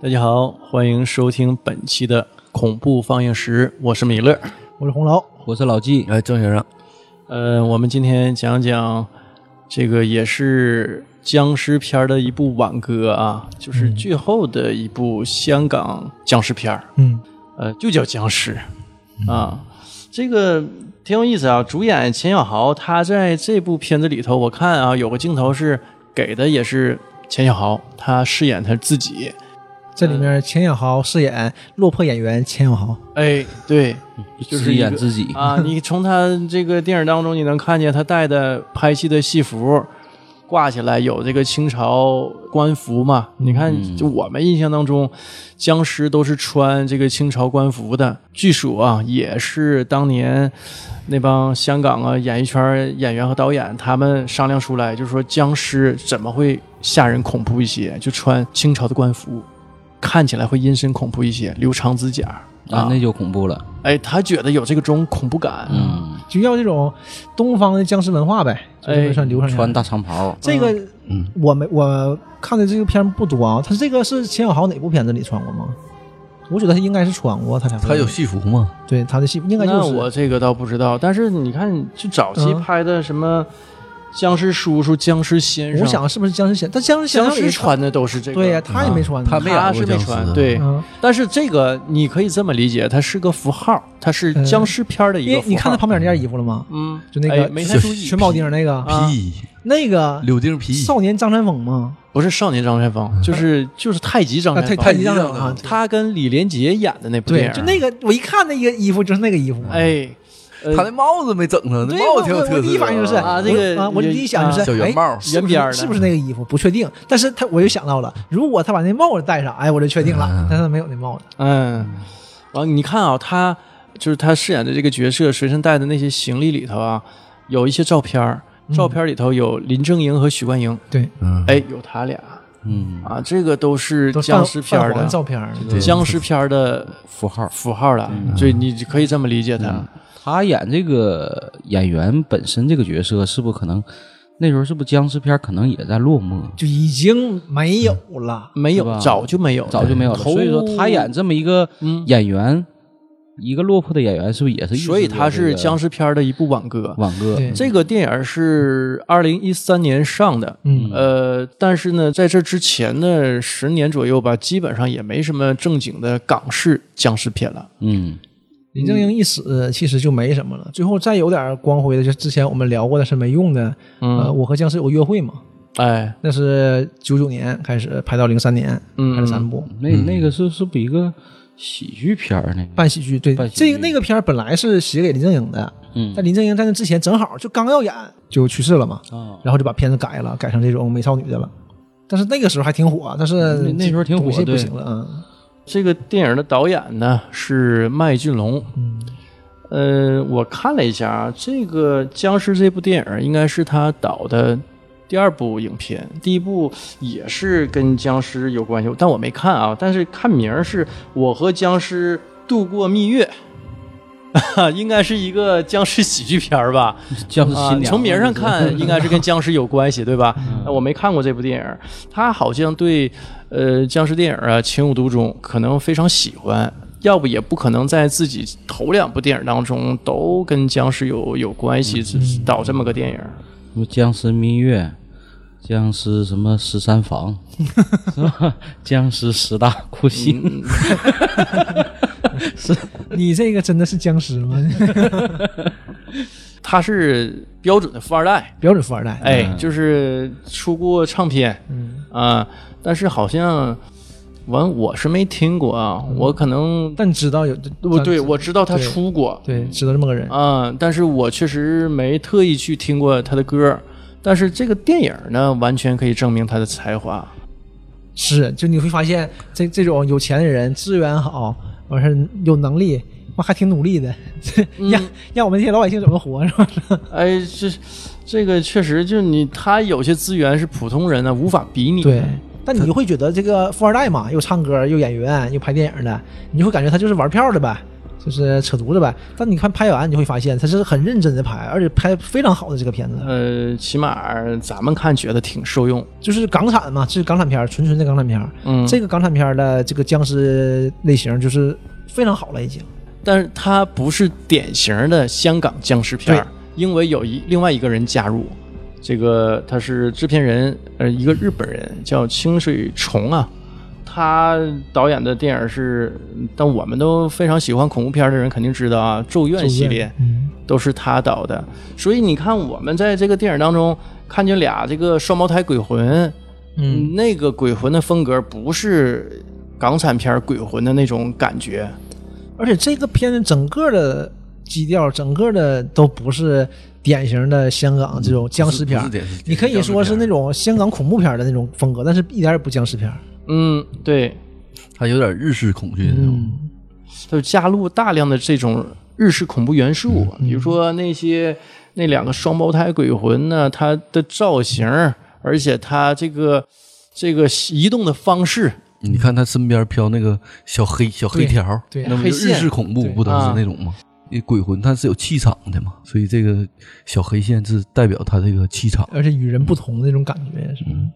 大家好，欢迎收听本期的恐怖放映室，我是米勒。我是红楼，我是老纪，哎，郑先生，呃，我们今天讲讲这个也是僵尸片儿的一部挽歌啊，就是最后的一部香港僵尸片儿，嗯，呃，就叫僵尸啊，这个挺有意思啊。主演秦小豪，他在这部片子里头，我看啊有个镜头是给的也是秦小豪，他饰演他自己，这里呃面钱小豪饰演落魄演员钱小豪，哎，对，就是自一个演自 己，啊，你从他这个电影当中，你能看见他带的拍戏的戏服挂起来有这个清朝官服嘛？你看，就我们印象当中，僵尸都是穿这个清朝官服的。据说啊，也是当年那帮香港啊演艺圈演员和导演他们商量出来，就是说僵尸怎么会吓人恐怖一些，就穿清朝的官服。看起来会阴森恐怖一些，留长指甲啊，那就恐怖了。哎，他觉得有这个种恐怖感，啊嗯，就要这种东方的僵尸文化呗，就哎嗯是算流传下来穿大长袍，这个，嗯我没我看的这个片儿不多啊，他这个是钱小豪哪部片子里穿过吗？我觉得他应该是穿过，他才会他有戏服吗？对他的戏应该就那是我这个倒不知道，但是你看，就早期嗯拍的什么僵尸叔叔、僵尸先生，我想是不是僵尸先，他僵尸先僵生尸也穿的都是这个，哎对呀，他也没穿，啊他没演他过是没僵尸穿，的对。嗯，但是这个你可以这么理解，它是个符号，它是嗯僵尸片的一因个为符号。你看他旁边那件衣服了吗？嗯，就那个哎没太注意，全铆钉那个，啊皮那个柳丁皮，少年张三丰吗？不是少年张善芳，就是就是太极张啊，善太芳，太极张太极三丰啊，他跟李连杰演的那部电对，影，就那个我一看那个衣服就是那个衣服，哎，呃他那帽子没整上，那对，帽我子挺有我特色我的。第一反应就是啊这我个啊我也第一想就是啊小圆哎是帽不是圆边儿的是不是那个衣服？不确定，但是他我就想到了，如果他把那帽子戴上，哎，我就确定了嗯，但是他没有那帽子，嗯，完，你看啊，他就是他饰演的这个角色随身带的那些行李里头啊，有一些照片儿，嗯照片儿里头有林正英和许冠英，对，嗯，哎，有他俩嗯，啊，这个都是都是僵尸片儿泛黄照的片儿对僵尸片儿的符号。符号了，嗯所以你可以这么理解他。他演这个演员本身这个角色，是不是可能那时候是不是僵尸片可能也在落寞，就已经没有了，没是有，吧早就没有了，早就没有哎了。头所以说他演，这么一个嗯演员，一个落魄的演员，是不是也是？嗯所以他是僵尸尸片儿的一部挽歌。挽歌，对嗯这个电影是二零一三年上的，嗯呃，但是呢，在这之前的十年左右吧，基本上也没什么正经的港式僵尸片了。嗯，林正英一死，其实就没什么了。最后再有点光辉的，就是之前我们聊过的是没用的，嗯呃，我和僵尸有个约会嘛，哎，那是九九年开始拍到零三年，嗯拍了三部，那那个是是不是一个喜剧片儿那个？半喜剧，对，半喜剧这个那个片儿本来是写给林正英的，嗯但林正英在那之前正好就刚要演就去世了嘛，啊，然后就把片子改了，改成这种美少女的了。但是那个时候还挺火，但是那那时候挺火东西不对行了啊。这个电影的导演呢是麦浚龙。嗯，呃，我看了一下啊，这个《僵尸》这部电影应该是他导的第二部影片，第一部也是跟僵尸有关系，但我没看啊。但是看名儿是我和僵尸度过蜜月， 应该是一个僵尸喜剧片儿吧？ 僵尸啊新娘，从 名儿嗯上看，应该是跟僵尸有关系，对吧？那我没看过这部电影，他好像对呃僵尸电影啊情有独钟，可能非常喜欢，要不也不可能在自己头两部电影当中都跟僵尸有有关系，嗯只是导这么个电影。什么僵尸蜜月，僵尸什么十三 房，是吧？僵尸十大酷刑，嗯，你这个真的是僵尸吗？ 他是标准的富二代，标准富二代，哎，就是出过唱片，嗯，啊，但是好像完我是没听过啊，我可能。嗯但知道有我对我知道他对出过，对知道这么个人，啊嗯，但是我确实没特意去听过他的歌，但是这个电影呢，完全可以证明他的才华。是就你会发现这这种有钱的人资源好，完事儿有能力，妈还挺努力的，这 嗯让让我们这些老百姓怎么活是吧？哎，这这个确实就是你，他有些资源是普通人呢无法比拟。对，，但你会觉得这个富二代嘛，又唱歌又演员又拍电影的，你就会感觉他就是玩票的呗，就是扯犊子呗。但你看拍完你会发现，他是很认真的拍，而且拍非常好的这个片子，呃，起码咱们看觉得挺受用。就是港产嘛，这是港产片儿，纯纯的港产片儿。嗯，这个港产片儿的这个僵尸类型就是非常好了，已经。但是它不是典型的香港僵尸片儿，因为有一另外一个人加入，这个他是制片人，呃，一个日本人叫清水崇啊，他导演的电影是，但我们都非常喜欢恐怖片的人肯定知道啊，《咒怨》系列嗯，都是他导的，所以你看我们在这个电影当中看见俩这个双胞胎鬼魂，嗯，那个鬼魂的风格不是港产片儿鬼魂的那种感觉，而且这个片子整个的基调，整个的都不是典型的香港这种僵尸片儿不是。不是僵尸你可以说是那种香港恐怖片儿的那种风格，但是一点儿也不僵尸片儿。嗯，对。它有点日式恐惧那种。嗯，它就加入大量的这种日式恐怖元素，嗯比如说那些那两个双胞胎鬼魂呢，它的造型，而且它这个这个移动的方式，你看他身边飘那个小黑小黑条儿，嗯对对那不就黑线日式恐怖对不都是那种吗？因为鬼魂它是有气场的嘛，所以这个小黑线是代表他这个气场。而且与人不同的那种感觉也是。嗯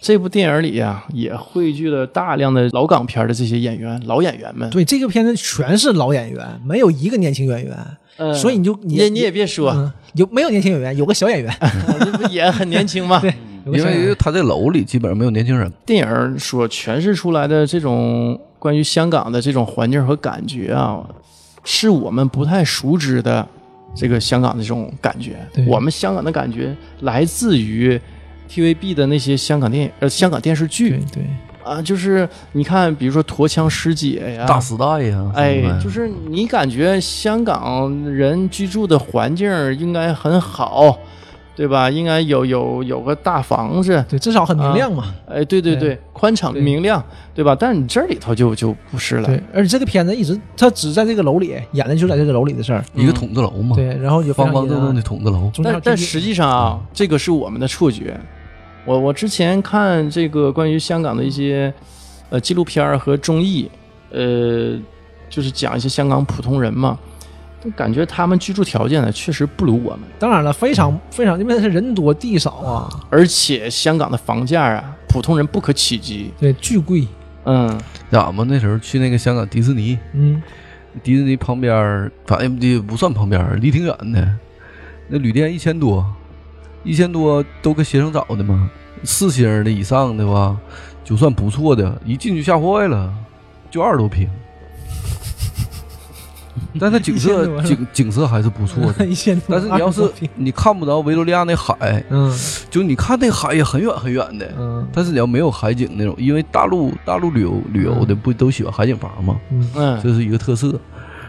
这部电影里啊，也汇聚了大量的老港片的这些演员、老演员们。对，这个片子全是老演员，没有一个年轻演员，嗯所以你就你你也你也别说， 嗯有没有年轻演员？有个小演员，这不也很年轻吗？有个嗯因小演为员他在楼里基本上没有年轻人，电影所诠释出来的这种关于香港的这种环境和感觉啊，是我们不太熟知的这个香港的这种感觉对。我们香港的感觉来自于 TVB 的那些香港电影呃香港电视对剧对，啊，就是你看，比如说《驼枪师姐》啊呀，大啊时代呀，哎什么的，就是你感觉香港人居住的环境应该很好，对吧？应该有有有个大房子，对，至少很啊明亮嘛。哎，对对对对，宽敞对明亮，对吧？但是你这里头就就不是了。对，而且这个片子一直他只在这个楼里演的，就在这个楼里的事儿。一个筒子楼嗯嘛，对，然后就方方正正啊的，筒子楼。中间还但有但地实际上嗯啊，这个是我们的错觉。我我之前看这个关于香港的一些呃纪录片儿和综艺，呃，就是讲一些香港普通人嘛，就感觉他们居住条件呢确实不如我们，当然了，非常嗯非常，因为他是人多地少啊，而且香港的房价啊，普通人不可企及。对，巨贵。嗯，俺们那时候去那个香港迪士尼，嗯，迪士尼旁边儿，反正也不算旁边儿，离挺远的。那旅店一千多，一千多都跟学生找的嘛。四星儿的以上的吧，就算不错的，一进去吓坏了，就二十 多平。但它景一千多色是吧景景色还是不错的。 一千多，但是你要是20多平你看不着维多利亚那海，嗯就你看那海也很远很远的，嗯但是你要没有海景那种，因为大陆大陆旅游旅游的不都喜欢海景房吗？嗯，嗯，这是一个特色。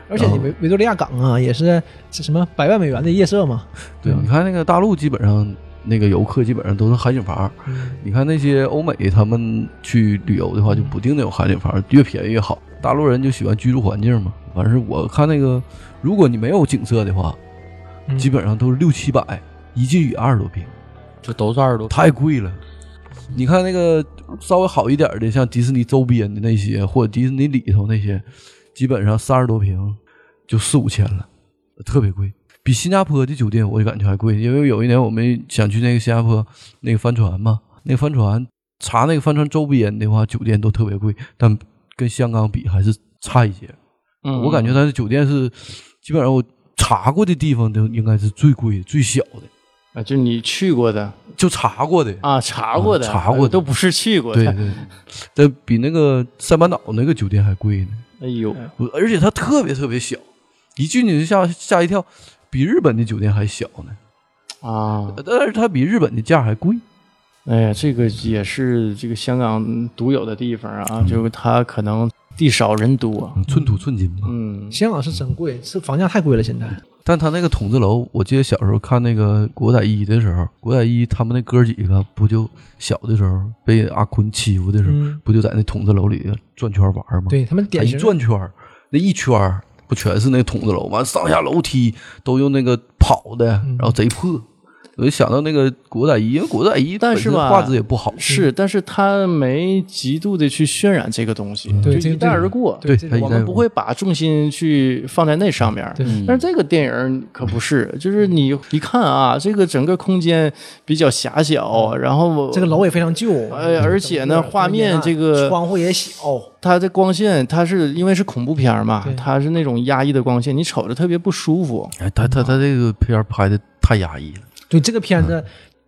而且你维维多利亚港啊，也是这什么百万美元的夜色嘛。对啊，嗯你看那个大陆基本上那个游客基本上都是海景房，嗯你看那些欧美他们去旅游的话，就不定得有海景房，越便宜越好。大陆人就喜欢居住环境嘛。完事儿我看那个，如果你没有景色的话，嗯基本上都是六七百，一进也二十多平，就都是二十多。太贵了。你看那个稍微好一点的，像迪士尼周边的那些，或者迪士尼里头那些，基本上三十多平就四五千了，特别贵，比新加坡的酒店我就感觉还贵。因为有一年我们想去那个新加坡那个帆船嘛，那个帆船查那个帆船周边的话，酒店都特别贵，但跟香港比还是差一些。嗯我感觉它的酒店是基本上我查过的地方都应该是最贵、最小的，啊，就你去过的就查过的。啊，查过的，啊查过的都不是去过的对。对，这比那个塞班岛那个酒店还贵呢。哎呦，我而且它特别特别小，一进去就吓吓一跳，比日本的酒店还小呢。啊，但是它比日本的价还贵。哎呀，这个也是这个香港独有的地方嗯啊，就是它可能地少人多。嗯寸土寸金嘛。嗯，香港是真贵，这房价太贵了，现在。但他那个筒子楼，我记得小时候看那个国仔一的时候，国仔一他们那哥几个不就小的时候被阿坤欺负的时候，嗯不就在那筒子楼里转圈玩吗？，对他们典一型转圈儿，那一圈儿不全是那筒子楼吗？完上下楼梯都用那个跑的，然后贼破，我就想到那个国仔衣，因为国仔衣但是本身吧画质也不好，嗯是，但是他没极度的去渲染这个东西，嗯对就这一个带而过。对这个它我一带而们过不会把重心去放在那上面。对嗯嗯但是这个电影可不是，就是你一看啊，这个整个空间比较狭小，然后嗯这个楼也非常旧，呃，而且呢，画面这个窗户也小，它的光线，它是因为是恐怖片儿嘛对，它是那种压抑的光线，你瞅着特别不舒服。哎，他他他这个片儿拍的太压抑了，对这个片子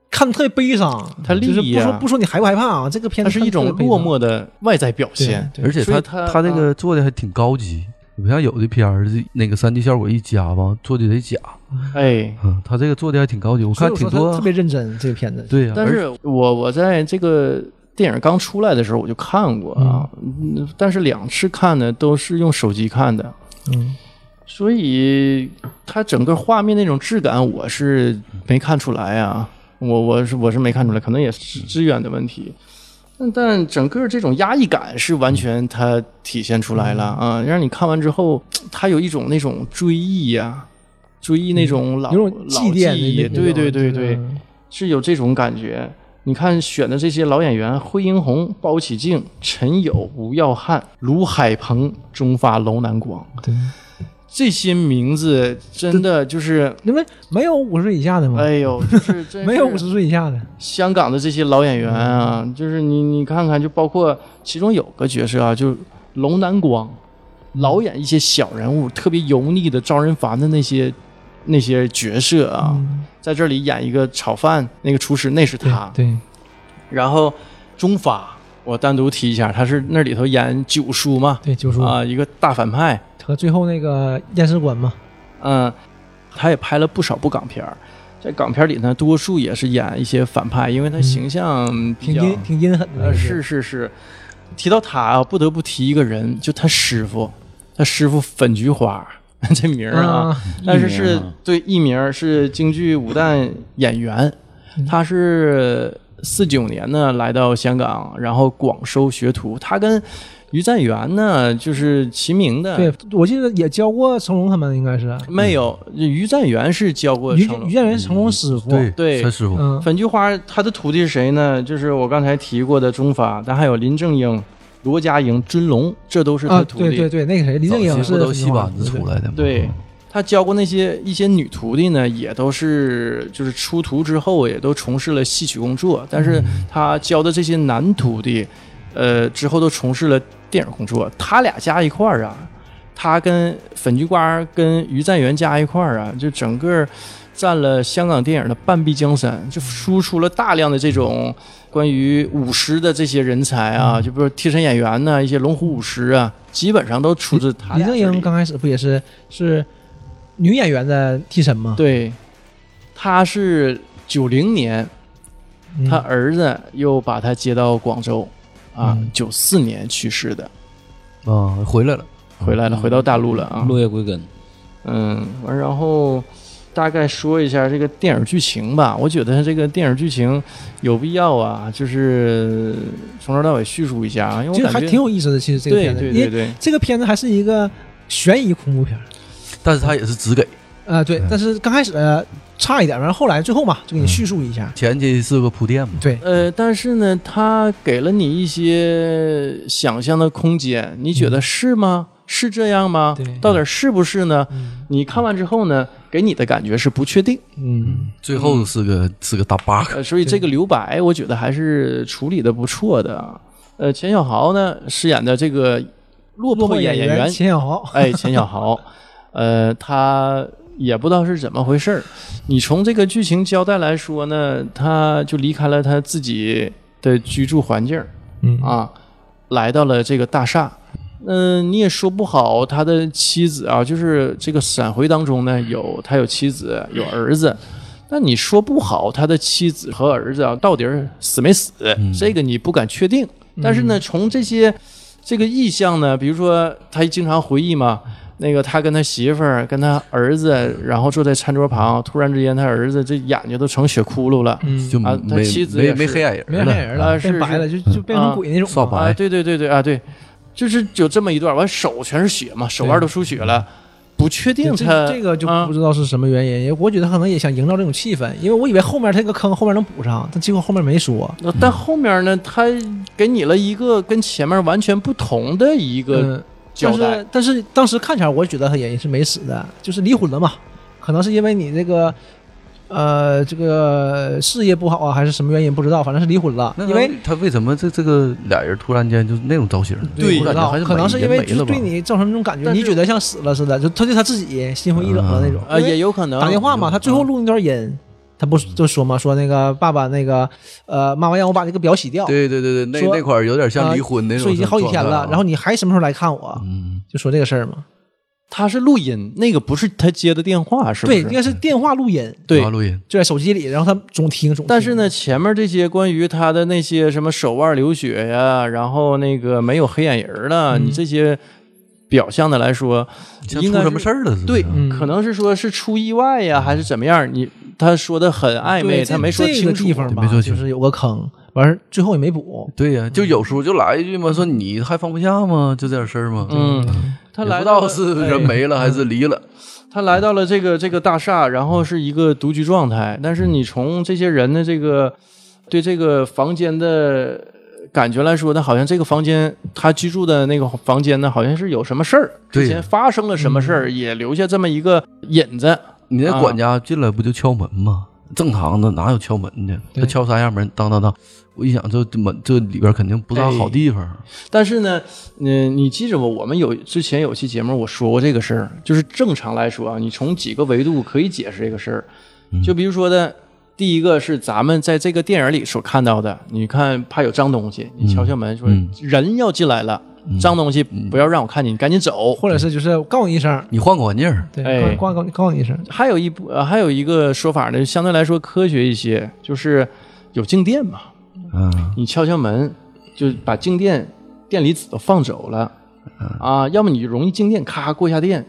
看的特别悲伤，嗯它利就是益不啊说不说你害不害怕啊，这个片它子是一种落寞的外在表现。对而且所以他他嗯这个做的还挺高级，你不像有的片儿是那个三 D 效果一加吧，做的得假，哎，嗯，他这个做的还挺高级，我我所以看我挺说多他特，别认真，这个片子对呀、但而是我我在这个电影刚出来的时候我就看过啊，嗯但是两次看呢都是用手机看的，嗯，所以它整个画面那种质感我是没看出来啊，我我是我是没看出来，可能也是嗯资源的问题。但但整个这种压抑感是嗯完全它体现出来了啊，让你看完之后，它有一种那种追忆呀、追忆那种老、嗯有种老祭奠的忆那种对对对对，嗯是有这种感觉。你看选的这些老演员：惠英红、包启静、陈友、吴耀汉、卢海鹏、中发楼南光，对，这些名字真的就是，因为没有五十岁以下的嘛，哎呦，就是真是嗯 没有五十岁以下的，香港的这些老演员啊，就是你你看看，就包括其中有个角色啊，就龙南光，老演一些小人物，特别油腻的、招人烦的那些那些角色啊，在这里演一个炒饭那个厨师，那是他。嗯对，然后中法，我单独提一下，他是那里头演九叔嘛，对，九叔啊、一个大反派，和最后那个验尸官嘛，嗯，他也拍了不少部港片儿。在港片里呢，多数也是演一些反派，因为他形象比挺较、阴挺阴狠的，呃，是是是。提到他啊，不得不提一个人，就他师傅，他师傅粉菊花 这名儿啊，啊，但是艺名是啊对艺名儿是京剧 武旦演员，嗯他是四九年呢来到香港，然后广收学徒，他跟于占元呢就是齐名的，对，我记得也教过成龙他们，应该是没有于占元是教过嗯于成龙于。建元是成龙师傅，对对陈师傅，嗯，粉菊花他的徒弟是谁呢？就是我刚才提过的中法，但还有林正英、罗家英、尊龙，这都是他啊，徒弟。对对对，那个谁，林早正英期是不都戏粉红班子出来的吗？对他教过那些一些女徒弟呢，也都是就是出徒之后也都从事了戏曲工作，但是他教的这些男徒弟，呃，之后都从事了电影工作。他俩加一块儿啊，他跟粉菊瓜跟于占元加一块儿啊，就整个占了香港电影的半壁江山，就输出了大量的这种关于舞狮的这些人才啊，就比如替身演员呐、一些龙虎舞狮啊，基本上都出自他俩林正这里英刚开始不也是是女演员的替身吗？对，他是九零年，嗯他儿子又把他接到广州，啊嗯，九四年去世的，啊，回来了，哦回来了，回到大陆了啊。落叶归根。嗯，完然后大概说一下这个电影剧情吧。我觉得这个电影剧情有必要啊，就是从头到尾叙述一下啊，因为这我个感还挺觉有意思的，其实这个对片子，对因对为对，这个片子还是一个悬疑恐怖片儿但是他也是只给啊，对嗯，但是刚开始呃差一点，然后后来最后嘛，就给你叙述一下，前期是个铺垫嘛，对，呃，但是呢，他给了你一些想象的空间，你觉得是吗？是这样吗嗯对？到底是不是呢？嗯你看完之后呢，给你的感觉是不确定。嗯，最后是个是个大 bug，呃，所以这个留白，我觉得还是处理的不错的。呃，钱小豪呢饰演的这个落落魄寞演演员，钱小豪， 哎，钱小豪，呃，他也不知道是怎么回事儿。你从这个剧情交代来说呢，他就离开了他自己的居住环境儿嗯啊，来到了这个大厦。嗯、你也说不好他的妻子啊，就是这个闪回当中呢，有他有妻子有儿子，但你说不好他的妻子和儿子啊，到底是死没死，这个你不敢确定。嗯但是呢，从这些这个意象呢，比如说他经常回忆嘛，那个他跟他媳妇儿、跟他儿子，然后坐在餐桌旁，突然之间他儿子这眼睛都成血窟窿了。嗯，就啊他没妻子也是没没黑眼没仁有了黑眼仁啊了，是变白了，就就变啊成鬼那种少嘛白啊，对对对对啊，对，就是有这么一段，完手全是血嘛，手腕都出血了，不不确定这他这个就啊不知道是什么原因，我觉得可能也想营造这种气氛，因为我以为后面这个坑后面能补上，但结果后面没说。那但后面呢，他给你了一个跟前面完全不同的一个嗯，交但代。是但是当时看起来，我觉得他也是没死的，就是离婚了嘛，可能是因为你这个。呃，这个事业不好啊，还是什么原因不知道，反正是离婚了。那因为他为什么这这个俩人突然间就是那种造型？对我不感知觉道还是可能是因为没就是了吧对。你造成那种感觉，但是你觉得像死了似的，就他对他自己心灰意冷了那种。呃，因为也有可能打电话嗯嘛，他最后录那段音，他不是就说嘛，说那个爸爸那个呃妈妈让我把这个表洗掉，对对对对，那说那块儿有点像离婚那种说状态啊，已经好几天了，然后你还什么时候来看我？嗯，就说这个事儿嘛，他是录音，那个不是他接的电话，是不对，是？应该嗯是电话录音，对然后录音，就在手机里，然后他总听总听。但是呢，前面这些关于他的那些什么手腕流血呀，然后那个没有黑眼仁儿了，你这些表象的来说，像应嗯出该什么是事儿了似的。对，嗯可能是说是出意外呀，还是怎么样？你他说的很暧昧，对他没说这这清个楚。地方吧没说，清就楚是有个坑，完事儿最后也没补。对呀，就有时候就来一句嘛，说你还放不下吗？就这点事儿吗？，嗯，他也来哎不知到道是人没了还是离了。他来到了这个这个大厦，然后是一个独居状态。但是你从这些人的这个对这个房间的感觉来说，他好像这个房间他居住的那个房间呢，好像是有什么事儿，对之前发生了什么事儿，也留下这么一个引子。你那管家进来不就敲门吗？正常的哪有敲门的？他对敲三下门，当当当。我一想，这这门这里边肯定不是啥好地方。但是呢，嗯、你记着吧，我们有之前有期节目我说过这个事儿，就是正常来说啊，你从几个维度可以解释这个事儿，就比如说的。第一个是咱们在这个电影里所看到的，你看怕有脏东西，你敲敲门说、嗯人要进来了，脏东西不要让我看见，你赶紧走。或者是就是我告你一声，你换个环境儿，哎对，告告告告你一声，还有一部、呃还有一个说法呢，相对来说科学一些，就是有静电嘛，嗯，你敲敲门，就把静电电离子都放走了。嗯啊，要么你容易静电，咔过一下电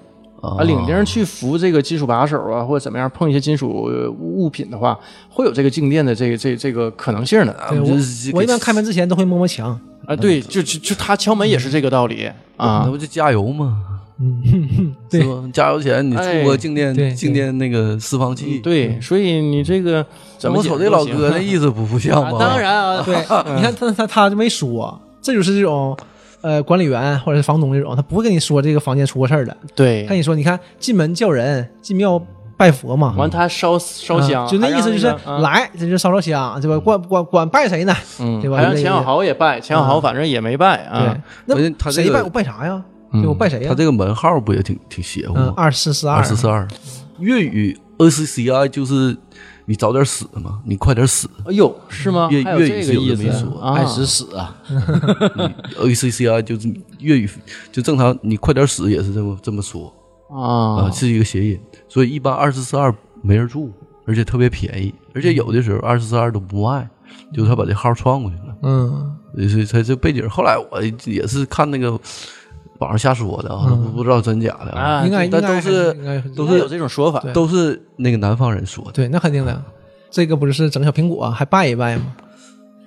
啊，哦领丁铃去扶这个金属把手啊，或者怎么样碰一些金属呃物品的话，会有这个静电的这个这这个可能性的对我我这是我一般开门之前都会摸摸 墙，啊。对，就就就他敲门也是这个道理那啊。不就加油吗？嗯，是对，吧？加油前你哎嗯出个静对电对静电那个释放器。，对，所以你这个怎么我解瞅释这都老行哥那意思不不像啊吗？当，然啊， 对，你看他他他就没说，这就是这种呃管理员或者是房东这种，他不会跟你说这个房间出过事儿的。对看你说，你看进门叫人，进庙拜佛嘛，完他烧烧香，啊就那意思就是还让个啊来，这就烧烧香，对吧？管管管拜谁呢？嗯对吧还让就这钱意小思豪也拜，钱小豪反正也没拜啊嗯对。，那关键他这谁拜个嗯我拜啥呀？对，我拜谁他呀？这个门号不也挺挺邪乎嗯，吗？二四四二四四二，粤语 A C C I 就是你早点死嘛，你快点死。哎呦，是吗？嗯粤还有粤语这是个有意这么一思说啊爱死死啊！ A C C I 就是粤语，就正常你快点死也是这么这么说啊，哦啊！是一个谐音。所以一般二四四二没人住，而且特别便宜，而且有的时候二四四二都不卖，就是他把这号串过去了。嗯，所以他这背景，后来我也是看那个网上瞎说的啊，嗯不不知道真假的啊应该应但该都还是应该还都应该有这种说法，啊都是那个南方人说的。对，那肯定的。这个不就是整个小苹果还拜一拜吗？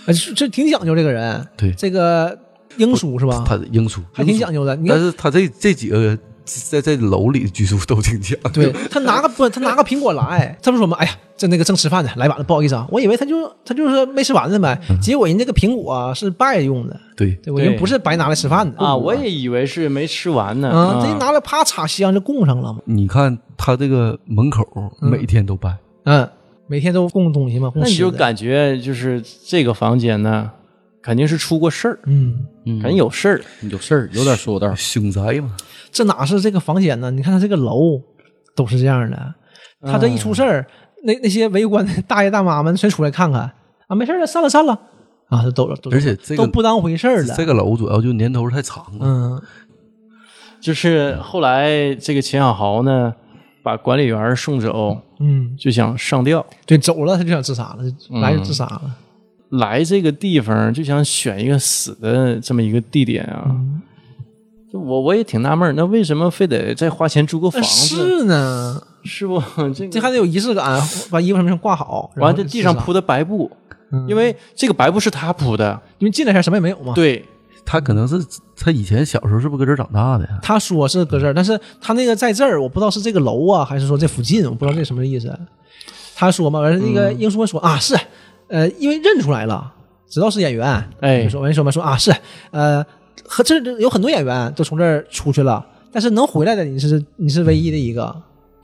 哎，这这挺讲究这个人，对这个英叔是吧？他英叔还挺讲究的。你看但是他这这几个人在在楼里居住都挺 讲，对他拿个不，他拿个苹果来，他不说吗？哎呀，这那个正吃饭呢，来晚了，不好意思啊。我以为他就他就是没吃完呢呗，嗯结果人这个苹果啊、是拜用的，对，对我人对不是白拿来吃饭的啊，我也嗯以为是没吃完呢。啊，这一拿来啪插香就供上了嘛。你看他这个门口每天都拜，嗯，每天都供东西嘛，供那你吃就的感觉就是这个房间呢，肯定是出过事儿，嗯，嗯肯，定有事儿。有事儿，有点说道。凶宅嘛，这哪是这个房间呢？你看他这个楼都是这样的，他这一出事儿，嗯那那些围观的大爷大妈们全出来看看啊，没事儿了，散了散了啊，都都都而且这个都不当回事儿了这。个楼主要就年头太长了，嗯，就是后来这个秦小豪呢，把管理员送走，嗯，就想上吊，对，走了他就想自杀了，嗯来就自杀了。来这个地方就想选一个死的这么一个地点啊。嗯就我我也挺纳闷儿，那为什么非得再花钱租个那房子？是呢，是不？ 这这个还得有仪式感，把衣服什么上挂好，然完后了这地上自杀嗯铺，的白布，因为这个白布是他铺的，啊因为进来前什么也没有嘛。对，他可能是他以前小时候是不是搁这儿长大的呀？他说是搁这儿，但是他那个在这儿，我不知道是这个楼啊，还是说这附近，我不知道这什么意思。他说嘛，完了那个嗯英叔说、啊是，呃，因为认出来了，知道是演员。哎，说完说嘛说啊是，呃，和这儿有很多演员都从这儿出去了，但是能回来的你是你是唯一的一个。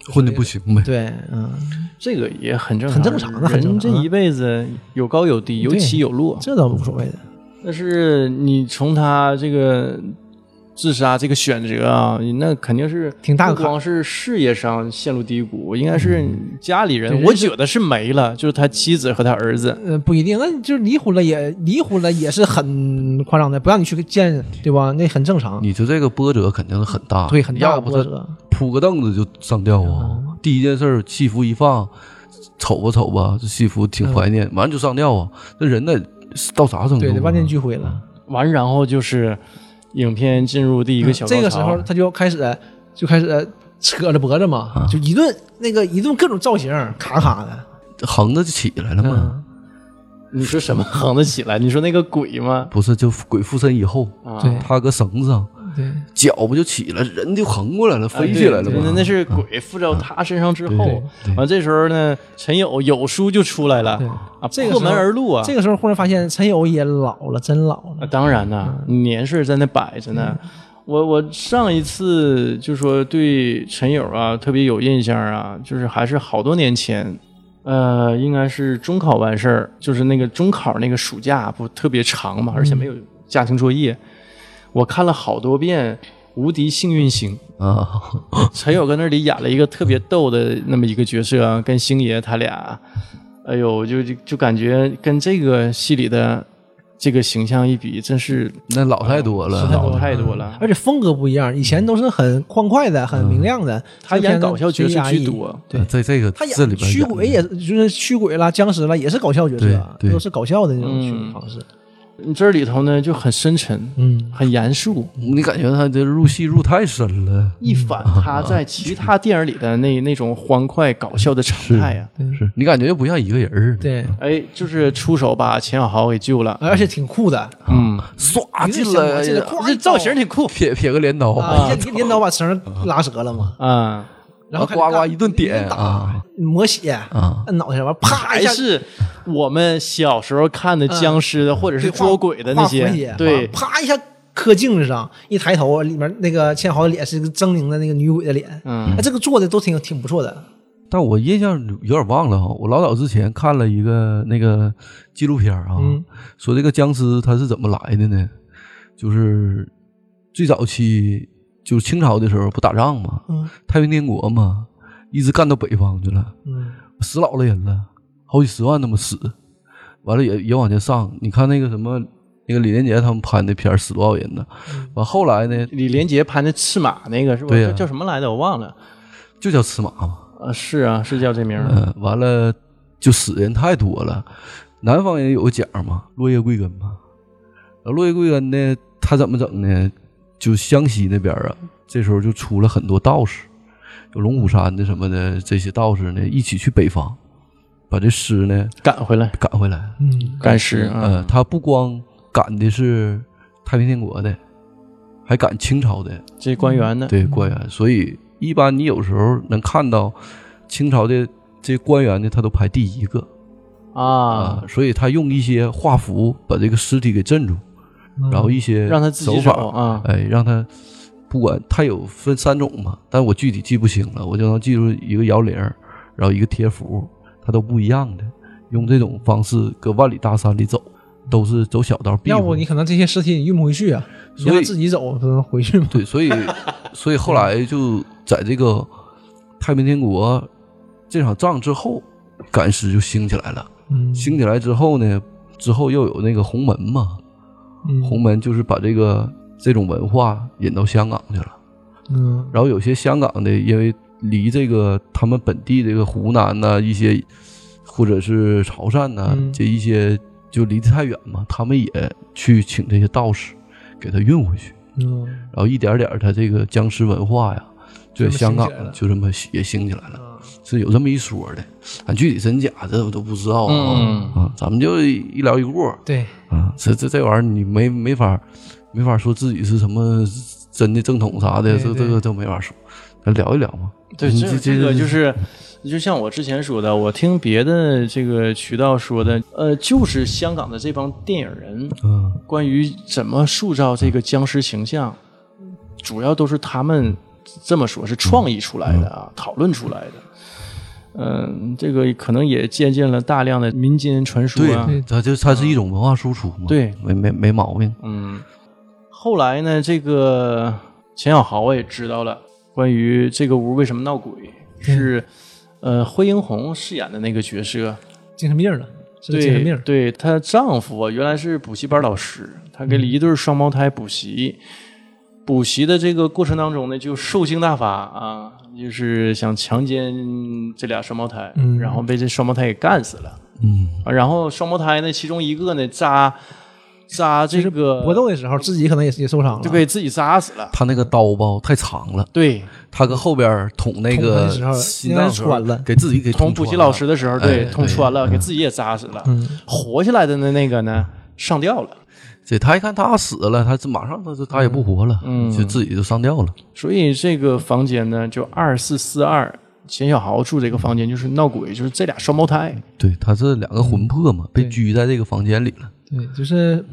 混的不行呗。对，嗯，这个也很正常，很正常啊很正人这常啊一辈子有高有低，有对起有落，这倒无所谓的。但是你从他这个自杀这个选择啊，那肯定是挺大个不光是事业上陷入低谷，应该是家里人，嗯对我人是觉得是没了，就是他妻子和他儿子。呃，不一定，那就是离婚了也离婚了也是很夸张的，不让你去见，对吧？那很正常，你就这个波折肯定是很大，对，哦很大要的不波他折。铺个凳子就上吊啊！第一件事儿，戏服一放，瞅吧瞅吧，这戏服挺怀念，完了就上吊啊！这人得到啥程度嗯啊？对，得万念俱灰了。完，然后就是影片进入第一个小高潮，嗯这个时候他就开始就开始扯着脖子啊嘛，就一顿那个一顿各种造型，卡卡的。横着就起来了嗯嘛。嗯你说什么 横得起来？你说那个鬼吗？不是，就鬼附身以后，啊，对他搁绳子上，嗯对，脚不就起来，人就横过来了，啊飞起来了对那嘛。啊那是鬼附到他身上之对后对，对完这时候呢，陈友有书就出来了对啊，这个破门时候而入啊。这个时候忽然发现陈友也老了，真老啊，了。当然呐，嗯年事儿在那摆着呢。我我上一次就说对陈友啊特别有印象啊，就是还是好多年前，呃，应该是中考完事儿，就是那个中考那个暑假不特别长嘛，嗯而且没有家庭作业，我看了好多遍。无敌幸运星，啊，陈友搁那里演了一个特别逗的那么一个角色啊，跟星爷他俩，哎呦，就就就感觉跟这个戏里的这个形象一比，真是那老太多了，老太多了。而且风格不一样，以前都是很欢快的、很明亮的。嗯他演搞笑角色居多，对啊这这个他演这里边驱鬼，也就是驱鬼啦、僵尸啦，也是搞笑角色，啊对对都是搞笑的那种嗯驱鬼方式。你这里头呢就很深沉，嗯，很严肃。你感觉他这入戏入太深了。一反他在其他电影里的那那种欢快搞笑的常态啊，是你感觉又不像一个人儿，对，哎，就是出手把钱小豪给救了，而且挺酷的，嗯，唰进有点像我记得来，夸这造型挺酷撇撇个镰刀，啊，一镰刀把绳拉折了嘛，啊，然后啊呱呱一顿点打啊抹血啊，摁脑袋上，完啪还一下是我们小时候看的僵尸的或者是嗯对捉鬼的那画符些也，对，啪一下磕镜子上，一抬头里面那个倩豪的脸是个狰狞的那个女鬼的脸，嗯哎，这个做的都挺挺不错的，但我印象有点忘了哈，我老早之前看了一个那个纪录片啊，嗯说这个僵尸它是怎么来的呢？就是最早期就是清朝的时候不打仗嘛，嗯太平天国嘛，一直干到北方去了，嗯，死老了人了，好几十万那么死，完了也也往前上。你看那个什么，那个李连杰他们拍那片儿死多少人呢？嗯完后来呢，李连杰拍的赤马那个是吧对呀？叫什么来着？我忘了。就叫吃马嘛，啊，是啊，是叫这名儿。嗯，完了就死人太多了。南方人有个讲嘛，落叶归根嘛。落叶归根呢，他怎么整呢？就湘西那边啊，这时候就出了很多道士，有龙虎山的什么的，这些道士呢一起去北方，把这尸呢赶回来，赶回来。嗯，赶尸啊，呃，他不光赶的是太平天国的，还赶清朝的，这官员呢？嗯对官员。所以一般你有时候能看到清朝的这官员呢，他都排第一个。啊啊，，所以他用一些画符把这个尸体给镇住，嗯然后一些让他自己手找法，啊。哎，让他不管他有分三种嘛，但我具体记不清了，我就能记住一个摇铃儿，然后一个贴符，它都不一样的，用这种方式搁万里大山里走，都是走小道避要不讳你。可能这些尸体你运不回去啊，你让所他以自己走可能回去嘛，对，所以所以后来就在这个太平天国这场仗之后，赶尸就兴起来了。嗯，兴起来之后呢，之后又有那个洪门嘛，嗯洪门就是把这个这种文化引到香港去了。嗯，然后有些香港的，因为离这个他们本地这个湖南呐、一些，或者是潮汕呐、嗯这一些就离得太远嘛，他们也去请这些道士给他运回去，嗯然后一点点儿他这个僵尸文化呀，就在这么兴香港起来了就这么也兴起来了。嗯啊是有这么一说的，俺具体真假这我都不知道啊。嗯啊，咱们就一聊一过对，啊，这这这玩意儿你没没法没法说自己是什么真的正统啥的，对这这对个都没法说，咱聊一聊嘛。对，嗯这这这个这就是，就像我之前说的，我听别的这个渠道说的，呃，就是香港的这帮电影人嗯，关于怎么塑造这个僵尸形象，主要都是他们这么嗯说，是创意出来的啊，讨论出来的。嗯，这个可能也借鉴了大量的民间传说啊。对，它就它是一种文化输出嘛。对没没没毛病。嗯，后来呢，这个钱小豪我也知道了，关于这个屋为什么闹鬼，是呃惠英红饰演的那个角色，精神病了，是个精对神病，对，她丈夫啊原来是补习班老师，他嗯给一对双胞胎补习。补习的这个过程当中呢，就兽性大发啊，就是想强奸这俩双胞胎，嗯然后被这双胞胎给干死了。嗯，啊然后双胞胎呢，其中一个呢扎扎这个搏斗的时候自己可能也也受伤了，就给自己扎死了。他那个刀吧太长了，对，他搁后边儿捅那捅他个的时候心脏的时应该候是穿了给自己给捅补穿习了老师的时候，对，哎捅对穿了，给自己也扎死了。嗯活下来的那那个呢，上吊了。这他一看他死了，他这马上他就他也不活了，嗯就自己就上吊嗯了。所以这个房间呢，就二四四二，钱小豪住这个房间就是闹鬼，就是这俩双胞胎。对，他是两个魂魄嘛，被对拘在这个房间里了。对，就是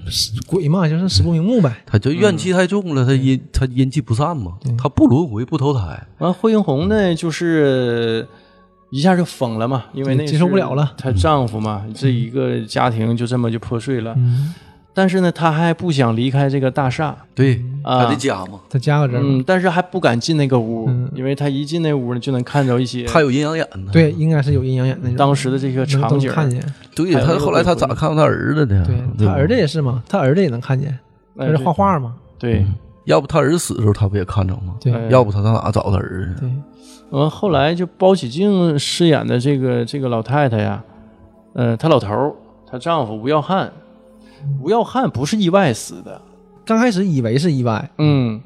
鬼嘛，就是死不瞑目呗。他就怨气太重了，他阴他阴气不散嘛，他不轮回不投胎，嗯完，惠英红呢，就是一下就疯了嘛，因为那接受不了了她丈夫嘛，这一个家庭就这么就破碎了。嗯，但是呢，她还不想离开这个大厦，对，嗯啊他的家嘛，他加个人儿，嗯，但是还不敢进那个屋，嗯因为她一进那屋呢，就能看着一些他有阴阳眼呢。对，应该是有阴阳眼那种，当时的这个能场景能。看见。对，还有那他个后来他咋鬼魂看到他儿子的呀？对对他吧儿子也是嘛，他儿子也能看见，哎他是嗯画画嘛，对，要不他儿子死的时候他不也看着吗？对哎要不他上哪找他儿子去？对，完后来就包起静饰演的这个这个老太太呀，呃，她老头儿，她丈夫吴耀汉，吴耀汉不是意外死的，刚开始以为是意外，嗯，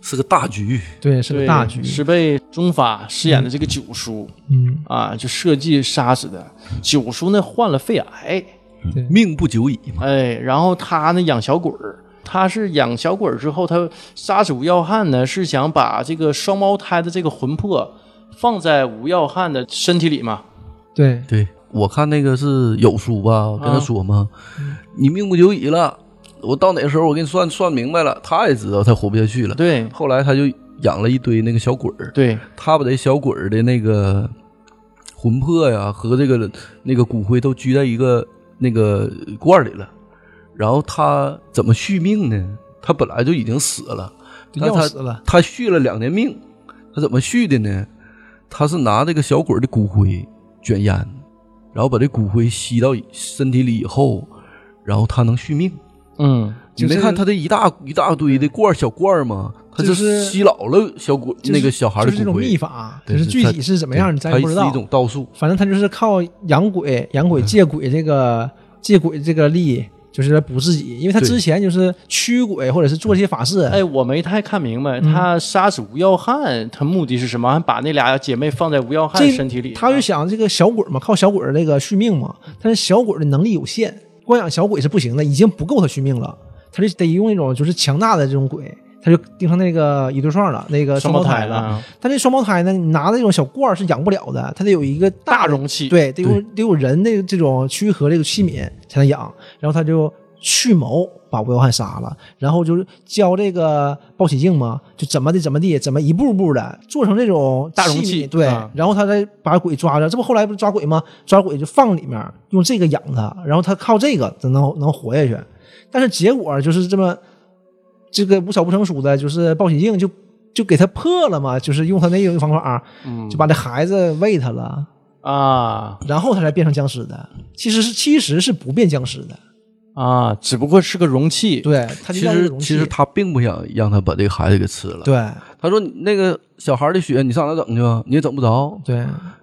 是个大局，对，是个对大局，是被钟法饰演的这个九叔、嗯，啊，就设计杀死的。九叔呢患了肺癌，对，命不久矣嘛。哎，然后他呢养小鬼儿。他是养小鬼儿之后，他杀死吴耀汉呢，是想把这个双胞胎的这个魂魄放在吴耀汉的身体里嘛？对，对，我看那个是有书吧，我跟啊他说嘛，嗯你命不久矣了，我到哪时候我给你算算明白了。他也知道他活不下去了，对后来他就养了一堆那个小鬼儿，对，他把这小鬼儿的那个魂魄呀和这个那个骨灰都拘在一个那个罐儿里了。然后他怎么续命呢？他本来就已经死了，就但要他死了，他续了两年命，他怎么续的呢？他是拿这个小鬼儿的骨灰卷烟，然后把这骨灰吸到身体里以后，然后他能续命。嗯，就是你没看他这一大一大堆的罐儿小罐儿吗？他就就是吸老了小鬼、就是那个小孩就的是这骨种秘灰，法，啊就对是是具他体是怎么对样，咱他也也不知是道一。种道术。反正他就是靠养鬼、养鬼、借鬼这个借鬼这个力，就是来补自己，因为他对之前就是驱鬼或者是做这些法事，哎，我没太看明嗯白，他杀死吴耀汉，他目的是什么？还把那俩姐妹放在吴耀汉这身体里呢，啊他就想这个小鬼嘛，靠小鬼儿这个续命嘛，但是小鬼儿的能力有限，光养小鬼是不行的，已经不够他续命了，他就得用一种就是强大的这种鬼，他就盯上那个一对双了，那个双双胞胞胎胎嗯了啊了。但这双胞胎呢，你拿那种小罐儿是养不了的，他得有一个大大的容器，，对，得有得有人的这种躯壳这个器皿才能养。然后他就蓄谋把吴耀汉杀了，然后就是教这个鲍喜静嘛，就怎么的怎么地，怎么一步步的做成这种大容皿器对，啊然后他再把鬼抓着，这不后来不是抓鬼吗？抓鬼就放里面，用这个养他，然后他靠这个才能能活下去。但是结果就是这么，这个无巧不成书的，就是鲍喜静就就给他破了嘛，就是用他那种方法，嗯就把这孩子喂他了。啊然后他才变成僵尸的。其实是其实是不变僵尸的，啊，只不过是个容器，对，他其就叫这个实容器其实他并不想让他把这个孩子给吃了。对他说：“那个小孩的血你上哪整去啊？你也整不着。对，”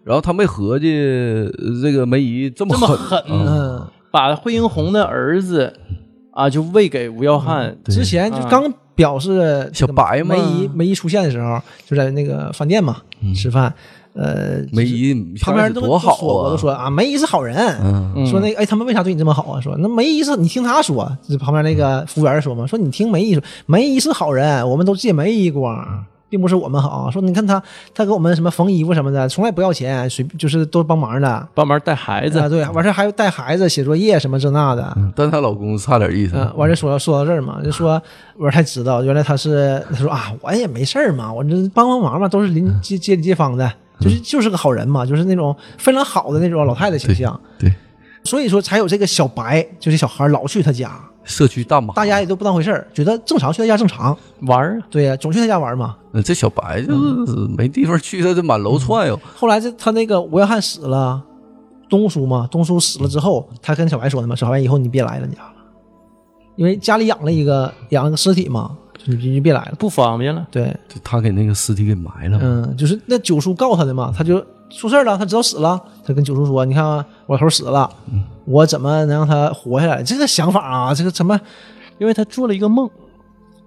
然后他没合计呃这个梅姨这么这么狠，狠，嗯，把惠英红的儿子啊就喂给吴耀汉，嗯对嗯之前就啊刚表示小白嘛梅姨梅姨出现的时候，就在那个饭店嘛嗯吃饭，呃， 梅姨旁边人人都多好都说我啊，都说啊，梅姨是好人，嗯，嗯说那个哎，他们为啥对你这么好啊？说那梅姨是你听她说，啊就是旁边那个服务员说嘛，说你听梅姨说，梅姨是好人，我们都借梅姨光，并不是我们好。啊说你看她，她给我们什么缝衣服什么的，从来不要钱，随就是都帮忙的。帮忙带孩子啊，，对，完事儿还带孩子写作业什么这那的。但她老公差点意思，嗯，完就说说到这儿嘛，就说我说才知道，原来他是他说啊，我也没事儿嘛，我这帮帮忙嘛，都是邻街街里街坊的，就是就是个好人嘛，就是那种非常好的那种老太太形象，对，所以说才有这个小白，就是小孩儿老去他家，社区大妈，大家也都不当回事儿，觉得正常去他家正常，玩儿啊，对呀、总去他家玩嘛。呃这小白就是嗯没地方去，他就满楼窜悠，后来这他那个吴约翰死了，东叔嘛，东叔死了之后，他跟小白说的嘛，小白以后你别来了，你家了，因为家里养了一个养了个尸体嘛，就你就别来了。不方便了。对，就他给那个尸体给埋了，嗯，就是那九叔告他的嘛，他就出事儿了，他知道死了，他跟九叔说：“你看啊我头死了，嗯我怎么能让他活下来？”这个想法啊，这个怎么因为他做了一个梦，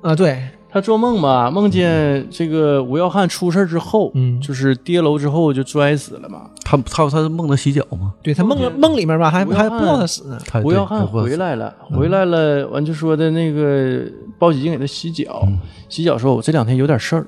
啊？对，他做梦嘛，梦见这个吴耀汉出事儿之后，嗯就是跌楼之后就摔死了嘛。他他他是梦到洗脚吗？对他梦梦里面吧，还我要还看不知道他死呢。他吴耀汉回来，来了，嗯回来了，完就说的那个包喜静给他洗脚，嗯洗脚说：“我这两天有点事儿，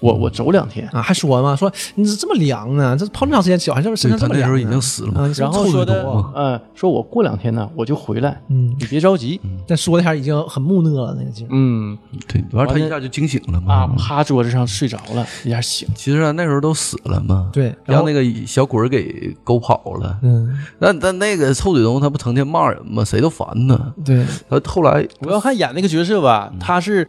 我我走两天。”啊，还说嘛，说你这这么凉呢？这泡这么长时间脚还这么身对上他这么那凉时呢？候已经死了嘛啊，你是然不是后臭说水的多啊，嗯，说我过两天呢我就回来，嗯，你别着急，但说的还是已经很木讷了，那个劲儿。嗯对，完事儿他完了一下就惊醒了啊，嘛。趴桌子上睡着了，一下醒，其实啊，那时候都死了嘛，对然让后那个小鬼儿给勾跑了。嗯，但但那个臭嘴东他不成天骂人吗？谁都烦 他。对，他后来哎吴耀汉演那个角色吧，嗯他是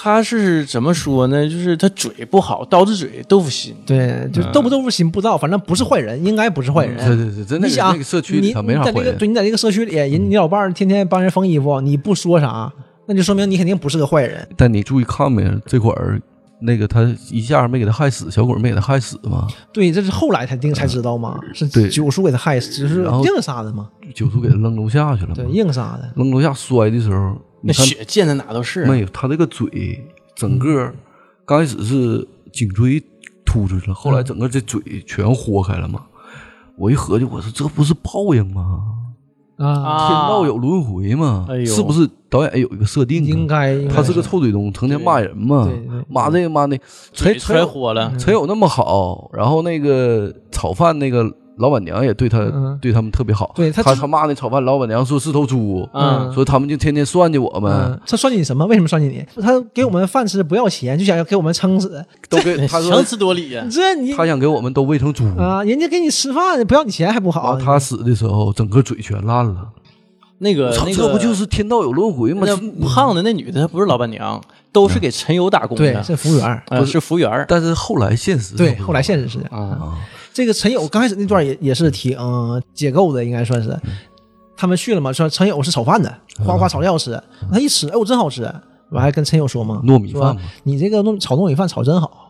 他是怎么说呢？就是他嘴不好，刀子嘴豆腐心。对，嗯就豆不豆腐心不知道，反正不是坏人，应该不是坏人。嗯对对对，真的你想那个社区里你头没啥你在坏那个人，对你在这个社区里，哎嗯人你老伴儿天天帮人缝衣服，你不说啥，那就说明你肯定不是个坏人。但你注意看没？这会儿那个他一下没给他害死，小鬼儿没给他害死嘛？对，这是后来才定才知道嘛，是嗯对九叔给他害死，就是然后硬杀的嘛，九叔给他扔楼下去了嗯对，嘛？硬杀的。扔楼下摔的时候，你那看血溅的哪都是，没有，他这个嘴整嗯个刚开始是颈椎突出去了，嗯后来整个这嘴全豁开了嘛。我一合计，我说这不是报应吗？啊，天道有轮回嘛？哎呦是不是导演有一个设定、啊？应该应该他是个臭嘴东，成天骂人嘛对对对，骂这个骂那，才腿才摔有火了，嗯才有那么好。然后那个炒饭那个老板娘也对他嗯对他们特别好，对他他他骂那炒饭老板娘说是头猪，嗯说他们就天天算计我们嗯，，他算计你什么？为什么算计你？他给我们饭吃不要钱，就想要给我们撑死，都给他说强词夺理呀。这你他想给我们都喂成猪。啊，人家给你吃饭不要你钱还不然好啊后？啊他死的时候，整个嘴全烂了。那个操呃那这个不就是天道有轮回吗？那嗯胖的那女的，她不是老板娘，都是给陈友打工对，的，是服务员。呃是服务员儿。但是后来现实对，后来现实是这样。啊，这个陈友刚开始那段也也是挺、嗯解构的，应该算嗯是。他们去了嘛，说陈友是炒饭的，夸夸炒料吃，他一吃，哎呦真好吃，我还跟陈友说嘛，糯米饭说嘛你这个糯米炒糯米饭炒真好。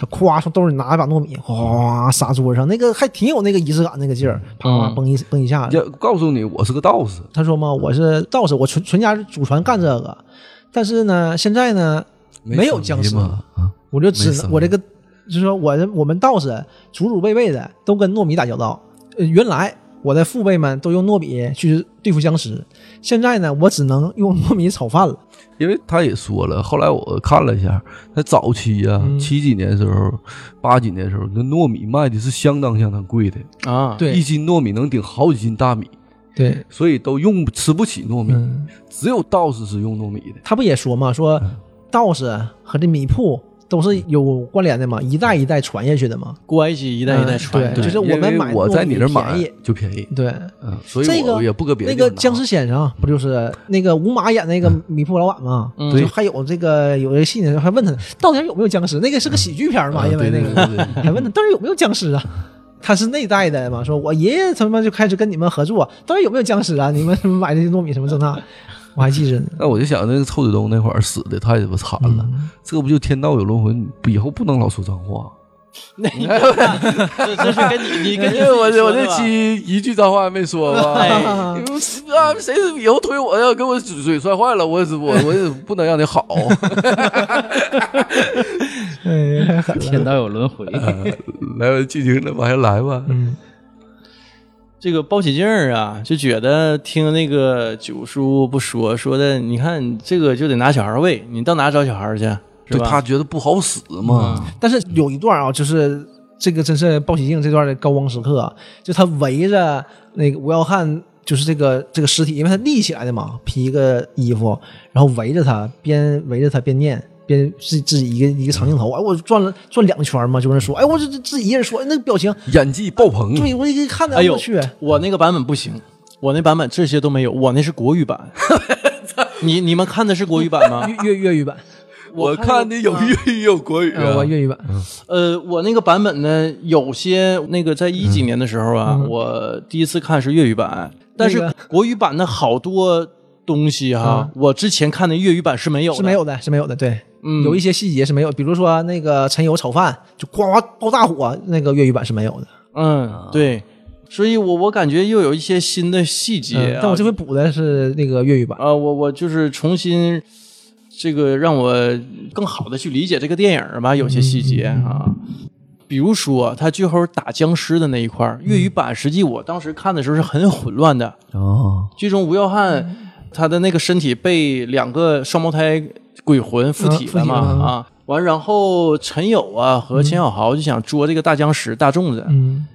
他夸从兜里拿一把糯米，哗撒桌上，那个还挺有那个仪式感那个劲儿，啪啪嗯蹦一蹦一下子。要告诉你，我是个道士，他说嘛，我是道士，我全全家祖传干这个，但是呢，现在呢没有僵尸了嘛。啊我就只没生能我这个，就是说我这我们道士祖祖辈辈的都跟糯米打交道。呃原来我的父辈们都用糯米去对付僵尸，现在呢，我只能用糯米炒饭了。因为他也说了，后来我看了一下，他早期呀、嗯七几年的时候、八几年的时候，那糯米卖的是相当相当贵的，啊，一斤糯米能顶好几斤大米，对，所以都用吃不起糯米，嗯，只有道士是用糯米的。他不也说嘛，说嗯道士和这米铺都是有关联的嘛，一代一代传下去的嘛。关系一代一代传下嗯来，对就是因为我们买我在你这儿糯米买便宜就便宜，对，嗯，所以这个我也不搁别那的个地方拿啊僵尸先生不就是那个吴马演那个米铺老板吗？嗯就还有这个有一个戏呢，还问他到底有没有僵尸？那个是个喜剧片嘛，嗯啊因为那对个对对对还嗯问他到底有没有僵尸啊？他是那代的嘛，说我爷爷他妈就开始跟你们合作，到底有没有僵尸啊？你们什么买这些糯米什么这那， 我还记着呢。那我就想，那个臭嗯 嘴东那会儿死的太他妈惨了，这不就天道有轮回？你以后不能老说脏话，那你 这这是跟你你跟哎你因为我这我这这期一句脏话没说吧？哎，你们是 啊，谁以后推我要给我嘴嘴摔坏了，我我我也不能让你好。 哎，太狠了。天道有 轮回，来吧，尽情的往下来吧。嗯，这个包起劲儿啊，就觉得听那个九叔不说说的，你看这个就得拿小孩喂，你到哪找小孩去？啊是对他吧？觉得不好使嘛，但是有一段啊，就是这个真是鲍喜静这段的高光时刻啊，就他围着那个吴耀汉，就是这个这个尸体，因为他立起来的嘛，披一个衣服，然后围着他，边围着他边念。边自自己一个一个长镜头，哎，我转了转两圈嘛，就是说，哎，我这这自己一人说，哎那个表情，演技爆棚。对我一看嗯的，哎呦我去，啊我那个版本不行，我那版本这些都没有，我那是国语 版。你你们看的是国语版啊吗？粤粤语版，我看的有嗯粤语有国语呃啊我，粤语版，呃，我那个版本呢，有些那个在一几年的时候啊，我第一次看是粤语版，但是嗯那个啊国语版的好多东西哈、我之前看的粤语版是没有的，是没有的，是没有的，对，嗯有一些细节是没有，比如说那个陈友炒饭就呱呱爆大火，那个粤语版是没有的。嗯，对，所以我我感觉又有一些新的细节、啊嗯但我这回补的是那个粤语版。啊、我我就是重新这个让我更好的去理解这个电影嗯儿吧，有些细节啊。比如说，他最后打僵尸的那一块儿粤语版实际我当时看的时候是很混乱的。哦，最终吴耀汉他的那个身体被两个双胞胎鬼魂附体了嘛嗯附体了啊，完然后陈友啊和钱小豪就想捉这个大僵尸大粽子，嗯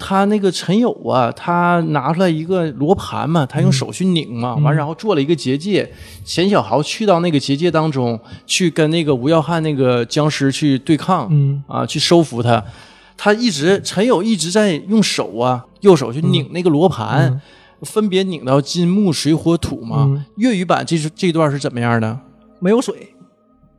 他那个陈友啊，他拿出来一个罗盘嘛，他用手去拧嘛，完、然后做了一个结界。钱小豪去到那个结界当中，去跟那个吴耀汉那个僵尸去对抗，嗯啊，去收服他。他一直陈友一直在用手啊，右手去拧那个罗盘，分别拧到金木水火土嘛。嗯粤语版这是这段是怎么样的？没有水，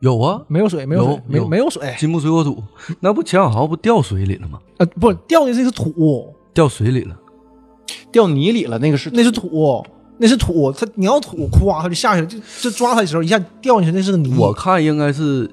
有啊，没有水，没有水有，没有没有水金木水火土，那不钱小豪不掉水里了吗？啊！不掉的这是土，掉水里了，掉泥里了，那个是那是土，那是土。他你要土，咵他就下去了，就就抓他的时候一下掉进去，那是个泥。我看应该是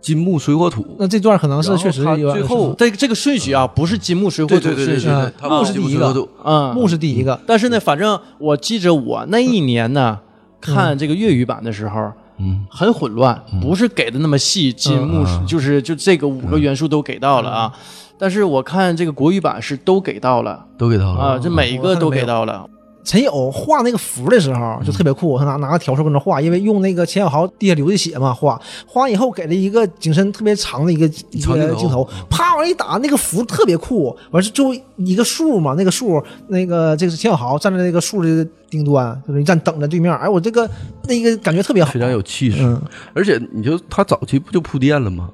金木水火土。嗯那这段可能是然后确实他有点最后这个这个顺序啊，不是金木水火对土对对顺对序，对，他不木是金木第一水个火土，嗯，木是第一个，但是呢，反正我记着我那一年呢，看这个粤语版的时候。嗯，很混乱，不是给的那么细，金木、就是就这个五个元素都给到了啊。但是我看这个国语版是都给到了都给他了。啊，这每一个都给到了。陈友画那个符的时候嗯就特别酷，他拿拿个笤帚跟那画，因为用那个钱小豪地下流的血嘛画，画完以后给了一个景深特别长的一个一长镜个头镜头，啪往一打，那个符特别酷。完是最后一个树嘛，那个树那个这个是钱小豪站在那个树的顶端，就是一站等着对面。哎，我这个那个感觉特别好非，常有气势。嗯而且你就他早期不就铺垫了吗？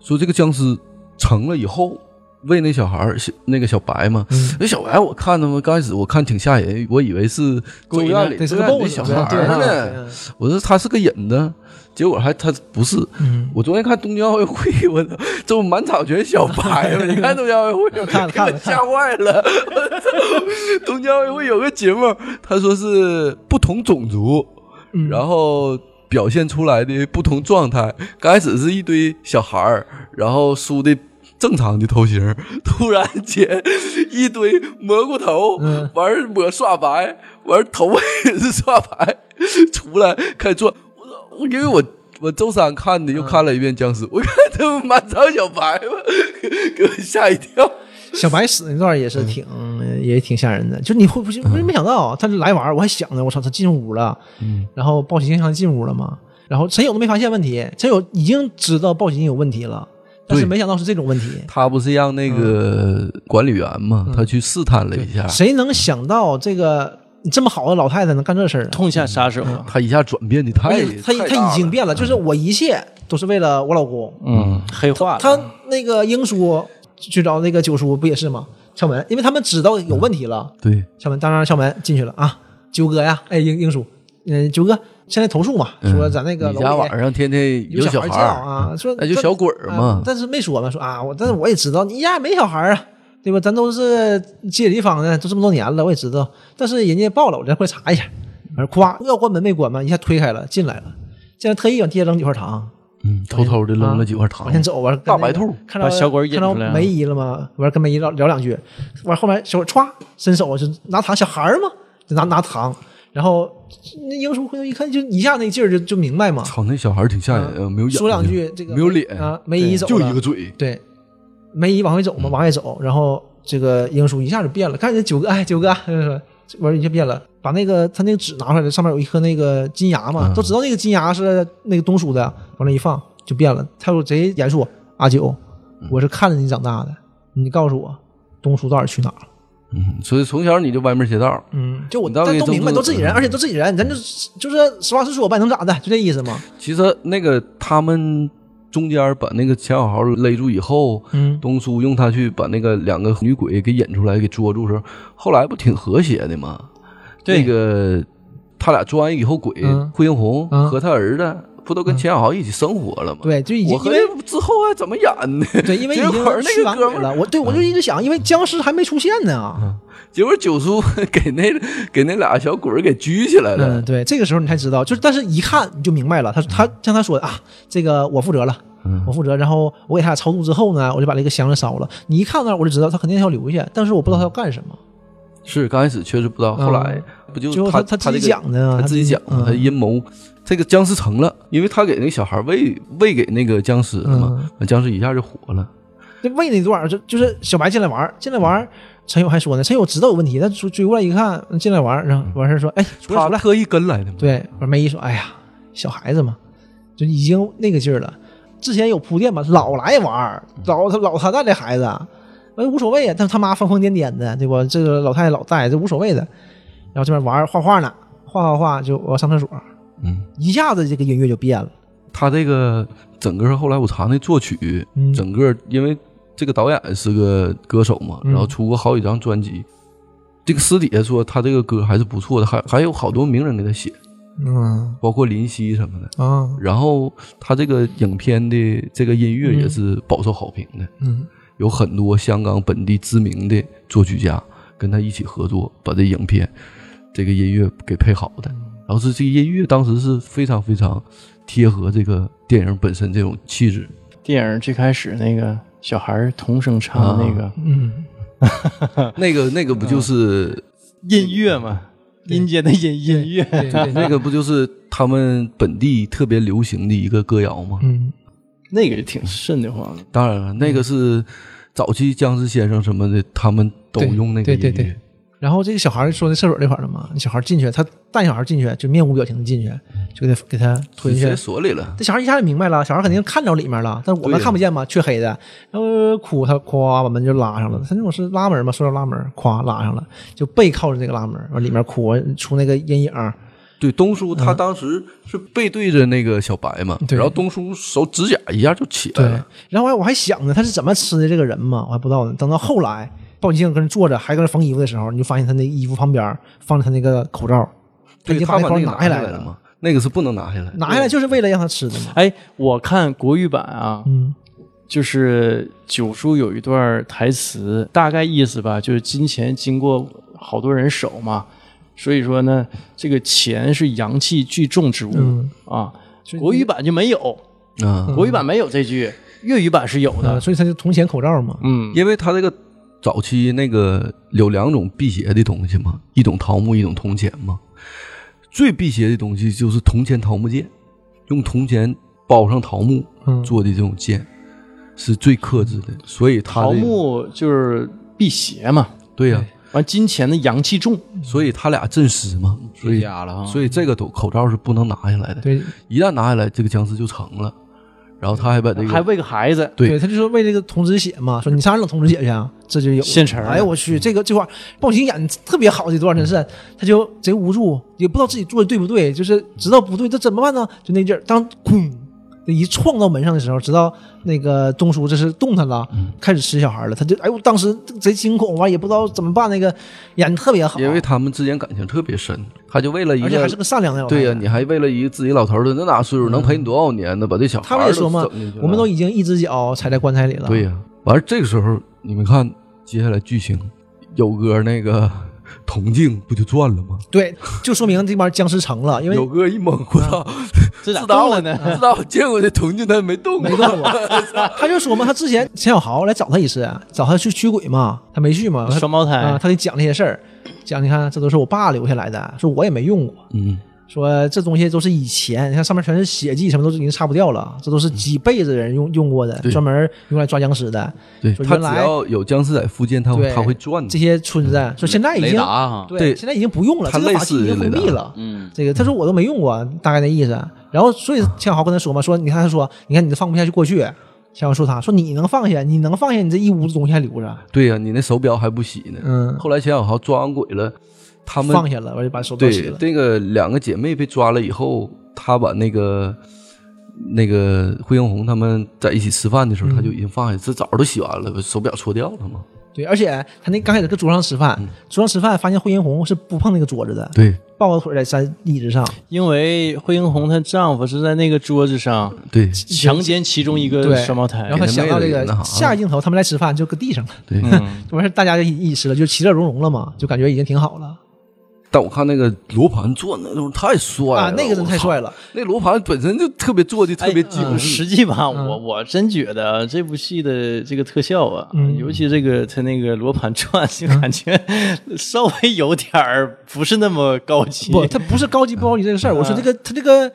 说这个僵尸成了以后，喂那小孩儿小那个小白嘛，嗯那小白我看他妈刚开始我看挺吓人，我以为是咒鬼院呢里得是个咒院里 BOSS 那小孩对儿呢，我说他是个引子。结果还他不是，嗯我昨天看东京奥运会，我操，这不满场全小 白吗？你看东京奥运会，我看了看了给我吓坏了。 我操，东京奥运会有个节目，他说是不同种族，嗯然后表现出来的不同状态。刚开始是一堆小孩儿，然后梳的正常的头型，突然间一堆蘑菇头，嗯完儿抹刷白，完儿头发也是刷白，出来开始做。我说我因为我。我周三看嗯的，又看了一遍僵尸，我看他们满场小白 吧，给我吓一跳。小白死那段也嗯是挺、也挺吓人的，就你会不会没想到啊他来玩儿，我还想呢，我操，他进屋了，嗯，然后鲍喜静像进屋了嘛，然后陈友都没发现问题，陈友已经知道鲍喜静有问题了，但是对没想到是这种问题，他不是让那个嗯管理员嘛，他去试探了一下，谁能想到这个你这么好的老太太能干这事儿啊？痛下杀手啊，他一下转变的而太且哎他太大他已经了嗯变了，就是我一切都是为了我老公，嗯，黑化了。他那个英叔去找那个九叔不也是吗？敲门，因为他们知道有问题了。对敲门，当当敲门进去了啊，九哥呀，哎，英英叔，嗯，九哥现在投诉嘛，说咱那个嗯你楼家里晚上天天有小孩孩叫儿，啊，说那就小鬼儿啊嘛。但是没说嘛，说啊，我但是我也知道你家也没小孩儿啊，对吧？咱都是街里坊的，都这么多年了，我也知道。但是人家报了，我再过来查一下。完，夸要关门没关嘛，一下推开了，进来了，竟然特意往地下扔几块糖，嗯，偷偷的扔了几块糖往，前走，完了跟大那白个兔看到把小鬼引看到出来啊梅姨了吗？完了跟梅姨聊聊两句，完了后面小鬼歘伸手就拿糖，小孩儿嘛，就拿拿糖，然后那英叔回头一看，就一下那劲儿就就明白嘛，操，那小孩儿挺吓人，呃没有眼睛说嗯两句这个没有脸啊，梅姨走就了一个嘴，对，梅姨往回走嘛，往外走，然后这个英叔一下就变了，看见九哥，哎，九 哥，完一下变了，把那个他那个纸拿出来了，上面有一颗那个金牙嘛，嗯都知道那个金牙是那个东叔的，往那一放就变了，态度贼严肃。啊阿九，嗯我是看着你长大的，你告诉我东叔到底去哪儿了？嗯，所以从小你就歪门邪道，嗯，就我你到但底嗯都都明白，知都自己人，而且都自己人，咱就就是实话实说呗，能咋的？就这意思嘛。其实那个他们中间把那个钱小豪勒住以后，嗯，东叔用他去把那个两个女鬼给引出来，给捉住时候，后来不挺和谐的吗？对那个他俩捉完以后鬼，嗯惠英红嗯和他儿子不都跟钱小豪一起生活了吗？对，就已经我因合为计之后还怎么演呢？对，因为已 结经果那去个完哥鬼们儿嗯了，我对我就一直想，因为僵尸还没出现呢。啊结果九叔 给那给那俩小鬼儿给拘起来了嗯，。对，这个时候你才知道，就是但是一看你就明白了，他他像他说的啊，这个我负责了，我负责，然后我给他俩超度之后呢，我就把这个箱子烧了。你一看那儿我就知道他肯定要留下，但是我不知道他要干什么。是刚开始确实不知道，嗯后来不就最后他他自己这个讲的啊，他自己讲的，他嗯阴谋。这个僵尸成了，因为他给那个小孩喂喂给那个僵尸了嗯嘛，僵尸一下就火了。这喂那段儿就就是小白进来玩儿，进来玩儿，陈友还说呢，陈友知道有问题，他追追过来一看，进来玩儿，然后完事儿说，哎，出来他特意跟来的嘛。对，完梅姨说：“哎呀，小孩子嘛，就已经那个劲儿了。之前有铺垫嘛，老来玩儿，老他老他带这孩子，哎无所谓啊。但他妈疯疯癫癫的，对吧？这个老太太老带，这无所谓的。然后这边玩儿画画呢，画画画就我要上厕所，嗯，一下子这个音乐就变了。他这个整个后来我查那作曲，嗯整个因为这个导演是个歌手嘛，嗯然后出过好几张专辑。这个私底下说他这个歌还是不错的，还还有好多名人给他写，嗯包括林夕什么的。啊然后他这个影片的这个音乐也是饱受好评的，嗯有很多香港本地知名的作曲家跟他一起合作，把这影片这个音乐给配好的。然后是这个音乐当时是非常非常贴合这个电影本身这种气质。电影最开始那个小孩儿童声唱的那个嗯，那个那个不就是、音乐嘛，阴间的音音乐，对对那个不就是他们本地特别流行的一个歌谣吗？ 嗯那个就挺瘆得慌的。当然了，那个是早期僵尸先生什么的，他们都对用那个对音乐。对对然后这个小孩说那厕所这块儿了嘛，那小孩进去，他带小孩进去就面无表情的进去，就给他给他推直进去接，锁里了。这小孩一下就明白了，小孩肯定看着里面了，但是我们对看不见嘛，黢黑的。然后哭，他夸把门就拉上了，他那种是拉门嘛，塑料拉门，夸拉上了，就背靠着那个拉门，往里面哭出那个阴影儿。对，东叔他当时是背对着那个小白嘛，对然后东叔手指甲一下就起来对了，，然后我还我还想呢，他是怎么吃的这个人嘛，我还不知道呢。等到后来，报警镜跟那坐着，还搁那缝衣服的时候，你就发现他那衣服旁边放着他那个口罩，他已对经他那把口罩那个拿下拿来了，嘛，那个是不能拿下来的，拿下来就是为了让他吃的嘛。哎，我看国语版啊，嗯就是九叔有一段台词，大概意思吧，就是金钱经过好多人手嘛，所以说呢，这个钱是阳气聚众之物、嗯啊。国语版就没有，啊，国语版没有这句，粤语版是有呃，的。所以他就铜钱口罩嘛。嗯，因为他这个早期那个有两种辟邪的东西嘛，一种桃木，一种铜钱嘛。最辟邪的东西就是铜钱桃木剑，用铜钱包上桃木嗯做的这种剑，是最克制的。所以他这桃木就是辟邪嘛，对呀、完金钱的阳气重，所以他俩阵师嘛，所追哎以加了哈，所以这个口口罩是不能拿下来的。对一旦拿下来，这个僵尸就成了。然后他还把这还个喂个孩子，对他就说为这个童子血嘛，说你上哪整童子血去啊？这就有现成儿的哎呦我去，这个这块儿鲍景演得特别好，这段真嗯是，他就贼无助，也不知道自己做的对不对，就是知道不对，这怎么办呢？就那劲儿，当哐一撞到门上的时候，知道那个东叔这是动弹了，嗯开始吃小孩了，他就哎呦，当时贼惊恐完也不知道怎么办，那个演得特别好，因为他们之间感情特别深，他就为了一而且还个是个善良的老太太对呀、你还为了一个自己老头儿的，那哪岁数能陪你多少年呢？把这小孩嗯他儿们也说嘛整进去，了我们都已经一只脚踩在棺材里了，对呀、完了这个时候，你们看接下来剧情，有哥那个 铜镜不就赚了吗？对，就说明这帮僵尸成了，因为嗯有哥一懵，我操！这咋自打动我了呢？自打我见过这铜镜，他没动过。啊没动过。他就说嘛，他之前钱小豪来找他一次，找他去驱鬼嘛，他没去嘛，他 双胞啊、哎胎，他给讲这些事儿，讲你看这都是我爸留下来的，说我也没用过，嗯，说这东西都是以前，你看上面全是血迹，什么都已经擦不掉了，这都是几辈子人用用过的，对专门用来抓僵尸的对说他原只来要有僵尸在附近，他会对他会转这的。些村子。说现在已雷经达啊，对现在已经不用了，他这个类法器似已经雷封闭达了。嗯，这个他说我都没用过，大概那意思。然后所以钱小豪跟他说嘛，说你看他说，你看你都放不下去过去。钱小豪说他说你能放下，你能放下，你这一屋子东西还留着，对呀、你那手表还不洗呢。嗯，后来钱小豪抓完鬼了，他们放下了，我就把手表洗对了。那个两个姐妹被抓了以后，他把那个那个惠英红他们在一起吃饭的时候，嗯他就已经放下，这澡都洗完了，手表搓掉了嘛。对，而且他那刚开始搁桌上吃饭，桌上吃饭发现惠英红是不碰那个桌子的，对抱着腿在山椅子上，因为惠英红她丈夫是在那个桌子上对强奸其中一个嗯对双胞胎然，后他想到这给他妹子也个那啥了下一镜头，他们来吃饭就搁地上了，对，嗯，完事儿大家就一起吃了，就其乐融融了嘛，就感觉已经挺好了但我看那个罗盘做那种太帅了，啊，那个真太帅了。了，那罗盘本身就特别做的特别精哎嗯致，实际吧，我我真觉得啊这部戏的这个特效啊，嗯尤其这个他那个罗盘转，就感觉稍微有点儿不是那么高级。不，他不是高级不高级这个 事儿，我说这个他这个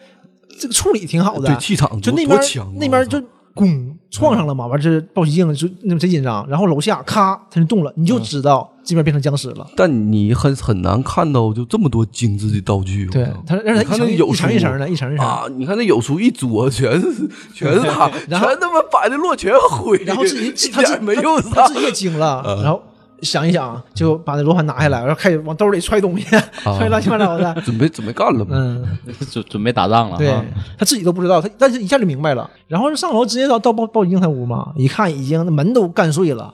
这个处理挺好的，对气场多就那多边强啊，那边就咣撞上了嘛，完这暴击镜就那么贼紧张，然后楼下咔他就动了，你嗯就知道这边变成僵尸了。但你很很难看到就这么多精致的道具。哦对我操，他让他你看那一有层一层一层的，一层一层的。啊！你看那有书一桌，全是全是他，全然后他妈摆的落全灰， 然后自己一他自点没啊用他他上自己也惊了，然后想一想，就把那罗盘拿下来，然后开始往兜里揣东西，啊 揣乱七八糟 的。准备准备干了嘛？嗯， 准准备打啊仗了对哈，他自己都不知道，他但是一下就明白了。然后上楼直接到到报报警他屋嘛，一看已经门都干碎了，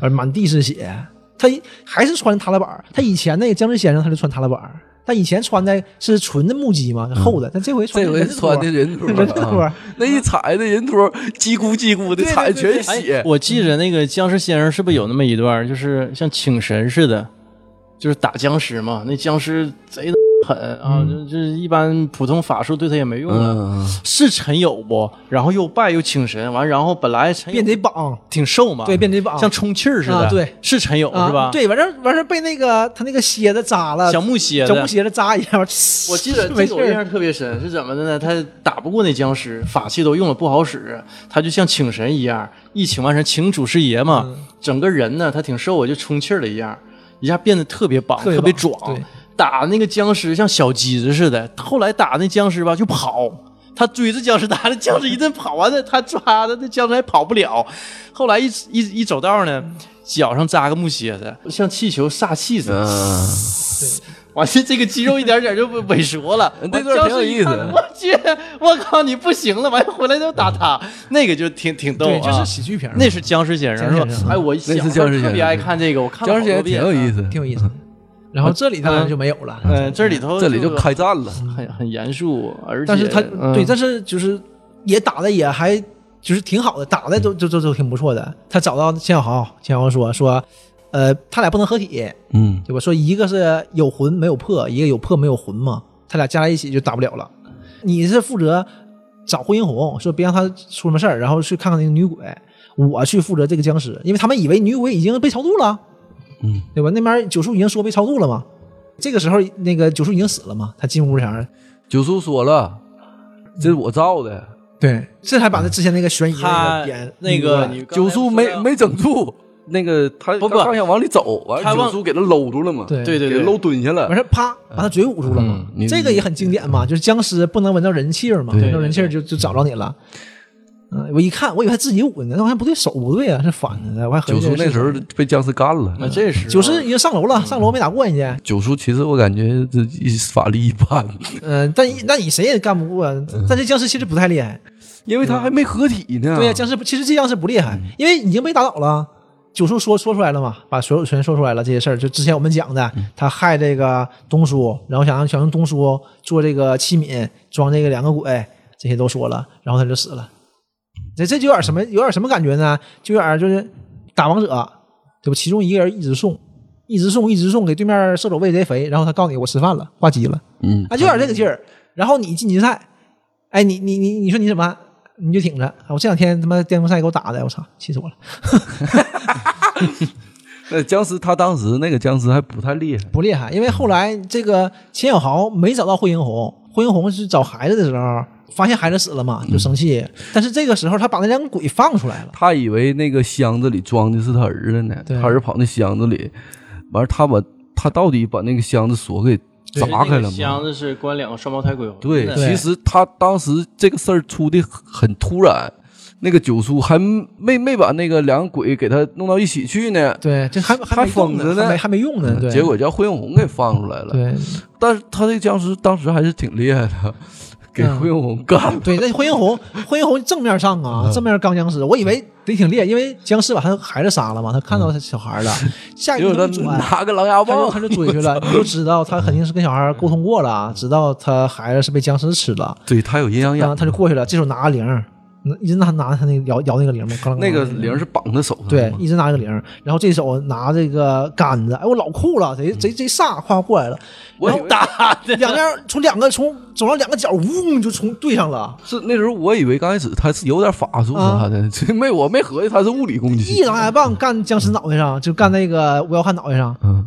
而满地是血。他一还是穿踏拉板儿，他以前那个僵尸先生他就穿踏拉板儿，但以前穿的是纯的木屐嘛，厚的，但这回穿嗯这的回人字拖穿的 人托，人字拖啊那一踩那人托叽咕叽咕的踩全血，哎哎我记着那个僵尸先生是不是有那么一段，就是像请神似的，就是打僵尸嘛，那僵尸贼的狠啊，就嗯就是一般普通法术对他也没用啊。嗯，嗯是陈友不？然后又拜又请神，完然后本来陈友变得啊绑挺瘦嘛，对变得绑像充气儿似的，啊对，是陈友、啊，是吧？，对，完事儿完事儿被那个他那个蝎子扎了，小木蝎呃小子。木蝎子扎 一下，我记得这没事个我印儿象特别深，是怎么的呢？他打不过那僵尸，法器都用了不好使，他就像请神一样，一请完神，请祖师爷嘛，嗯整个人呢他挺瘦，我就充气儿了一样，一下变得特别棒，特别特别棒壮对，打那个僵尸像小鸡子似的。后来打那僵尸吧就跑。他追着僵尸打，那僵尸一阵跑完了，他抓的那僵尸还跑不了。后来一一一走道呢，脚上扎个木楔子，像气球撒气似的，嗯完这这个肌肉一点点就萎萎缩 。了这段挺有意思的嗯我去，我靠，你不行了，完回来就打他，那个就挺挺逗对，就啊是。喜剧片儿嘛，那是僵尸先生是僵尸吧先？生哎，我小时那候是僵尸先生特别爱看这个，我看了僵好尸多也遍挺有意啊。思，挺有意思的。然后这里当然就没有了，嗯，这里头这里就开开战了。很很严肃，而且但是他嗯对，但是就是也打的也还就是挺好的，打的都都都都挺不错的。他找到钱小豪，钱小豪说说，呃，他俩不能合体，嗯，对吧？说一个是有魂没有魄，一个有魄没有魂嘛，他俩加在一起就打不了了。你是负责找惠英红，说别让他出什么事儿，然后去看看那个女鬼。我去负责这个僵尸，因为他们以为女鬼已经被超度了，嗯，对吧？那边九叔已经说被超度了嘛。这个时候，那个九叔已经死了嘛，他进屋前，九叔说了，嗯这是我造的，对，这还把他之前那个悬疑那他个点那拧过个来你刚才九叔说没到没整住，那个他不不刚想往里走，完他了往九叔给他搂住了嘛，对对对给对他搂蹲下 完了。事儿啪把他嘴捂住了嘛嗯，你这个也很经典嘛，就是僵尸不能闻到人气儿嘛，对闻到人气儿就就找着你了。嗯，我一看，我以为他自己捂呢，那我看不对，手不对啊，是反着的。我还合九计叔那时候被僵尸干那嗯了。这是九十已经上楼了，上楼没打过人家，九叔其实我感觉这一法力一般，嗯，但那你谁也干不过，嗯但这僵尸其实不太厉害， 因为他还没合体呢。对呀，僵尸不其实这僵尸不厉害，嗯因为已经被打倒了。九叔说说出来了嘛，把所有全说出来了这些事儿，就之前我们讲的，嗯他害这个东叔，然后想让想用东叔做这个器皿装这个两个鬼，这些都说了，然后他就死了。这这就有点什么有点什么感觉呢？就有点就是打王者，对吧？其中一个人一直送，一直送一直送，给对面射手喂贼肥，然后他告诉你我吃饭了，挂机了，嗯，啊，就有点这个劲儿。然后你进决赛，哎，你你你你说你怎么办？你就挺着。啊我这两天他妈巅峰赛给我打的，我操，气死我了。那僵尸他当时那个僵尸还不太厉害，不厉害，因为后来这个钱小豪没找到惠英红，惠英红是找孩子的时候发现孩子死了嘛，就生气。嗯但是这个时候他把那两个鬼放出来了，他以为那个箱子里装的是他儿子呢，对他儿跑那箱子里，完了他把他到底把那个箱子锁给砸开了箱吗？子是关两个双胞胎鬼魂。对，对其实他当时这个事儿出的很突然，那个九叔还没没把那个两个鬼给他弄到一起去呢，对，这还还没用疯着呢还没还没用呢，对，嗯结果叫惠永红给放出来了。对但是他这个僵尸当时还是挺厉害的，给嗯惠永红干了。对，那惠英红，惠英红正面上嗯啊，正面刚僵尸，我以为得挺厉害，因为僵尸把他孩子杀了嘛，他看到他小孩了，下一 嗯结果个他就转。拿个狼他就牙棒他，就追去 了，你就知道他肯定是跟小孩沟通过了，啊知道他孩子是被僵尸吃了，对他有阴阳然眼后，他就过去了，这手拿个铃儿，嗯一直拿拿他那个摇摇那个铃儿 嘛，刚那个铃儿是绑在手上的对嘛，，一直拿个铃儿，然后这手拿这个杆子，哎，我老酷了，贼嗯贼贼飒，夸过来了，我以为打的两边儿从两个从走上两个角，嗡就从对上 了，是那时候我以为刚开始他是有点法术啊啥的，这没我没合计他是物理攻一击，狼牙棒干僵尸脑袋上，就干那个吴耀汉脑袋上，嗯，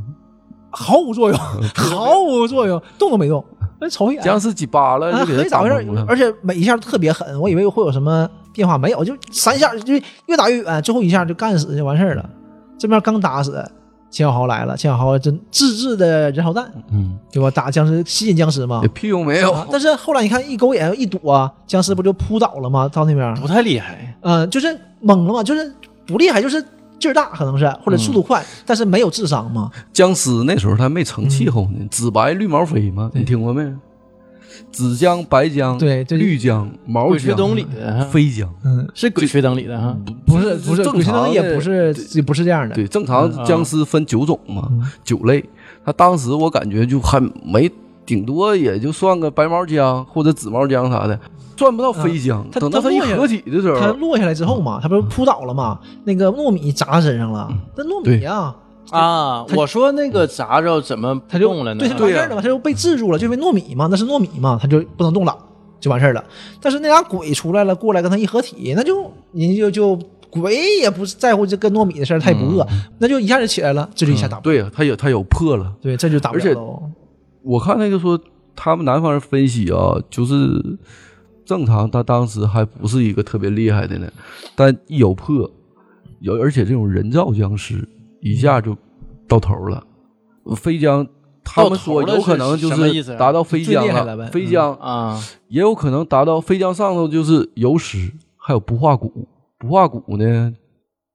毫无作用，毫无作用，动都没动，哎，瞅一眼。僵尸几巴啊，了就合给计他咋打回事懵儿？了而。且每一下都特别狠，我以为会有什么变化，没有，就三下就越打越远，最后一下就干死就完事儿了。这边刚打死钱小豪来了，钱小豪真自制的燃烧弹，嗯，对吧？打僵尸吸引僵尸嘛也。屁用 没有啊，但是后来你看一狗眼一躲、僵尸不就扑倒了吗？到那边儿，不太厉害，嗯、就是懵了嘛，就是不厉害，就是劲儿大，可能是或者速嗯度快，但是没有智商嘛。僵尸那时候他还没成气候嗯呢，紫白绿毛飞嘛，你听过没？紫僵、白僵、对对绿僵、毛鬼吹灯僵、里的哈，飞僵，嗯，是鬼吹灯里的哈。嗯不是不是，正鬼吹灯常也的不是也不是这样的。对，正常嗯僵尸分九种嘛，嗯九类。他当时我感觉就还没，顶多也就算个白毛僵或者紫毛僵啥的，算不到飞僵。嗯他等到他他一落下合体的时他候，落下来之后嘛，他不是扑倒了嘛？那个糯米砸身上了，那糯米啊，啊，我说那个砸着怎么他不就动了呢？对，他就完事儿了嘛，他就被制住了，就因为糯米嘛，那是糯米嘛，他就不能动了，就完事儿了。但是那俩鬼出来了，过来跟他一合体，那就人家就就鬼也不在乎这跟糯米的事儿，他也不饿，那就一下就起来了，这就一下打不了，对呀，他有他有破了。对，这就打不了而且喽。我看那个说他们南方人分析啊，就是正常，他当时还不是一个特别厉害的呢，但一有破，有而且这种人造僵尸一下就到头了，飞僵。他们说有可能就到头了是什么意思是啊达到飞最僵厉害了呗飞僵啊，也有可能达到飞将上头就是游尸，还有不化骨。不化骨呢，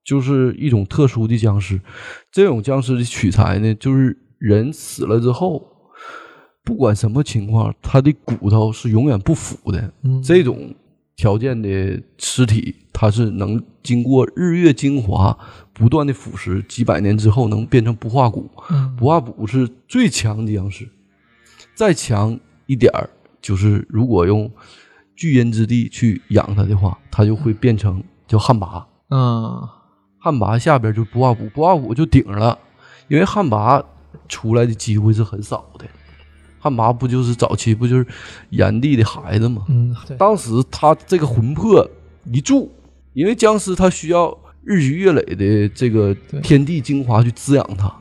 就是一种特殊的僵尸。这种僵尸的取材呢，就是人死了之后，不管什么情况，他的骨头是永远不腐的。嗯这种条件的尸体，它是能经过日月精华不断的腐蚀，几百年之后能变成不化骨。嗯不化补是最强的僵尸，再强一点儿，就是如果用巨人之地去养它的话，它就会变成叫旱魃。嗯旱魃下边就不化补，不化补就顶上了，因为旱魃出来的机会是很少的。旱魃不就是早期不就是炎帝的孩子吗？嗯，对，当时他这个魂魄一住，因为僵尸他需要日积月累的这个对天地精华去滋养它，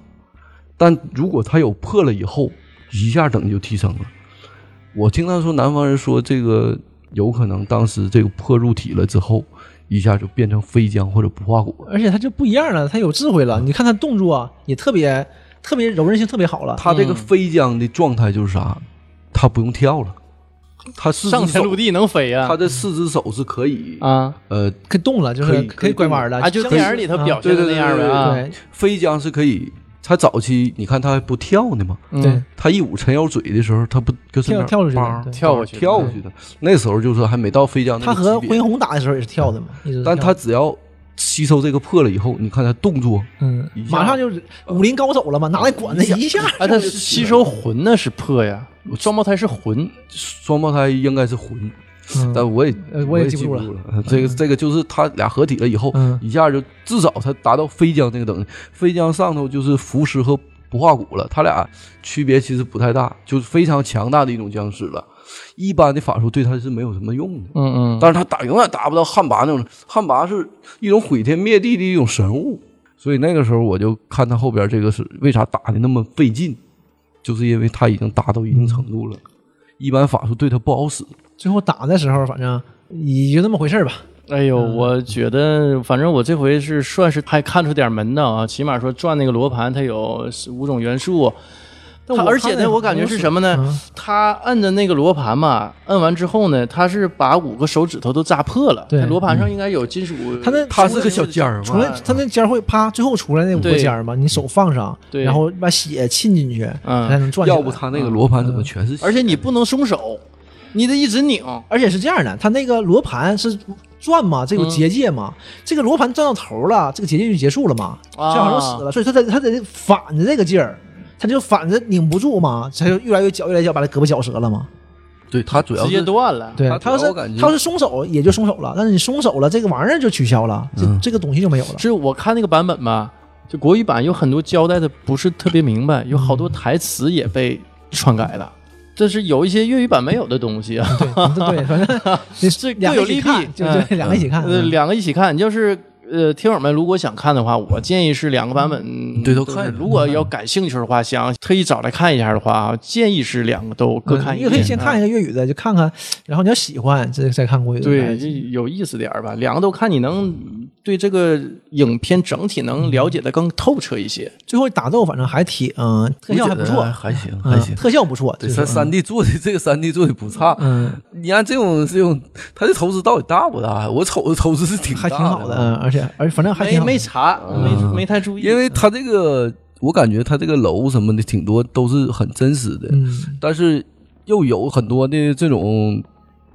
但如果他有破了以后，一下等级就提升了。我听他说，南方人说这个有可能当时这个破入体了之后，一下就变成飞僵或者不化骨了。而且他就不一样了，他有智慧了，你看他动作啊也特别特别柔韧性特别好了，他这个飞僵的状态就是啥？他不用跳了，他四上只天入手，地能飞呀他？这四只手是可以啊呃可以动了，就是可以可以拐弯了啊，就僵尸电影里头啊表现的那样呗啊。对飞将是可以，他早期你看他还不跳呢嘛，对嗯，，他一捂陈腰嘴的时候，他不就是跳跳出去的，对跳过去，跳过去的，那时候就是还没到飞将那他个级别和恢宏打的时候也是跳的嘛，一直但跳他只要吸收这个破了以后，你看他动作嗯一，下马上就是武林高手了嘛，拿那管子一下，啊，他吸收魂那是破呀，双胞胎是魂，双胞胎应该是魂，但我也呃我也也记记不住住了。这个这个就是他俩合体了以后嗯，一下就至少他达到飞将这个等级，飞将上头就是腐蚀和不化骨了，他俩区别其实不太大，就是非常强大的一种僵尸了。一般的法术对他是没有什么用的，嗯嗯，但是他打永远达不到汉魃那种，汉魃是一种毁天灭地的一种神物，所以那个时候我就看他后边这个是为啥打的那么费劲，就是因为他已经达到一定程度了，一般法术对他不好使。最后打的时候，反正也就那么回事儿吧。哎呦，我觉得反正我这回是算是还看出点门道啊，起码说转那个罗盘它有五种元素，但它我而且看那呢，个我感觉是什么呢？嗯他摁的那个罗盘嘛，摁完之后呢，他是把五个手指头都扎破了。对它罗盘上应该有金属。他那他是个小尖儿除嘛，了他那尖儿会啪，最后出来那五个对尖儿嘛，你手放上，对然后把血浸进去，嗯才能转起来。要不他那个罗盘怎么全是血？而且你不能松手，你得一直拧。而且是这样的，它那个罗盘是转嘛，嗯这有结界嘛，这个罗盘转到头了，这个结界就结束了嘛，这啊好像死了，所以它得它得反着这个劲儿，它就反着拧不住嘛，才就越来越绞，越来越绞，把它胳膊绞折了嘛。对他主要直接是断了。对它它要主是要我感觉它要是松手也就松手了，但是你松手了，这个玩意儿就取消了，这、嗯这个东西就没有 了。是我看那个版本吧，就国语版有很多交代的不是特别明白，有好多台词也被篡改了。这是有一些粤语版没有的东西啊，对对，反正你这两各个有一利起弊看，，就嗯对，两个一起看。呃，两个一起看，就是呃，听友们如果想看的话，我建议是两个版本对都看如果要感兴趣的话，想特意找来看一下的话，建议是两个都各看一嗯你遍。也可以先看一啊。个粤语的，就看看，然后你要喜欢，这再看国语的。对，就有意思点儿吧。两个都看，你能对这个影片整体能了解的更透彻一些。最后打斗反正还挺，嗯，特效还不错，还行嗯还行。特效不错，对，就是三三 D 做的这个三 D 做的不差，嗯，你按这种这种，他的投资到底大不大呀？我瞅着投资是挺大还挺好的，的，嗯，而且而且反正还没挺好没查，没没太注意，因为他这个，我感觉他这个楼什么的挺多都是很真实的，嗯，但是又有很多的这种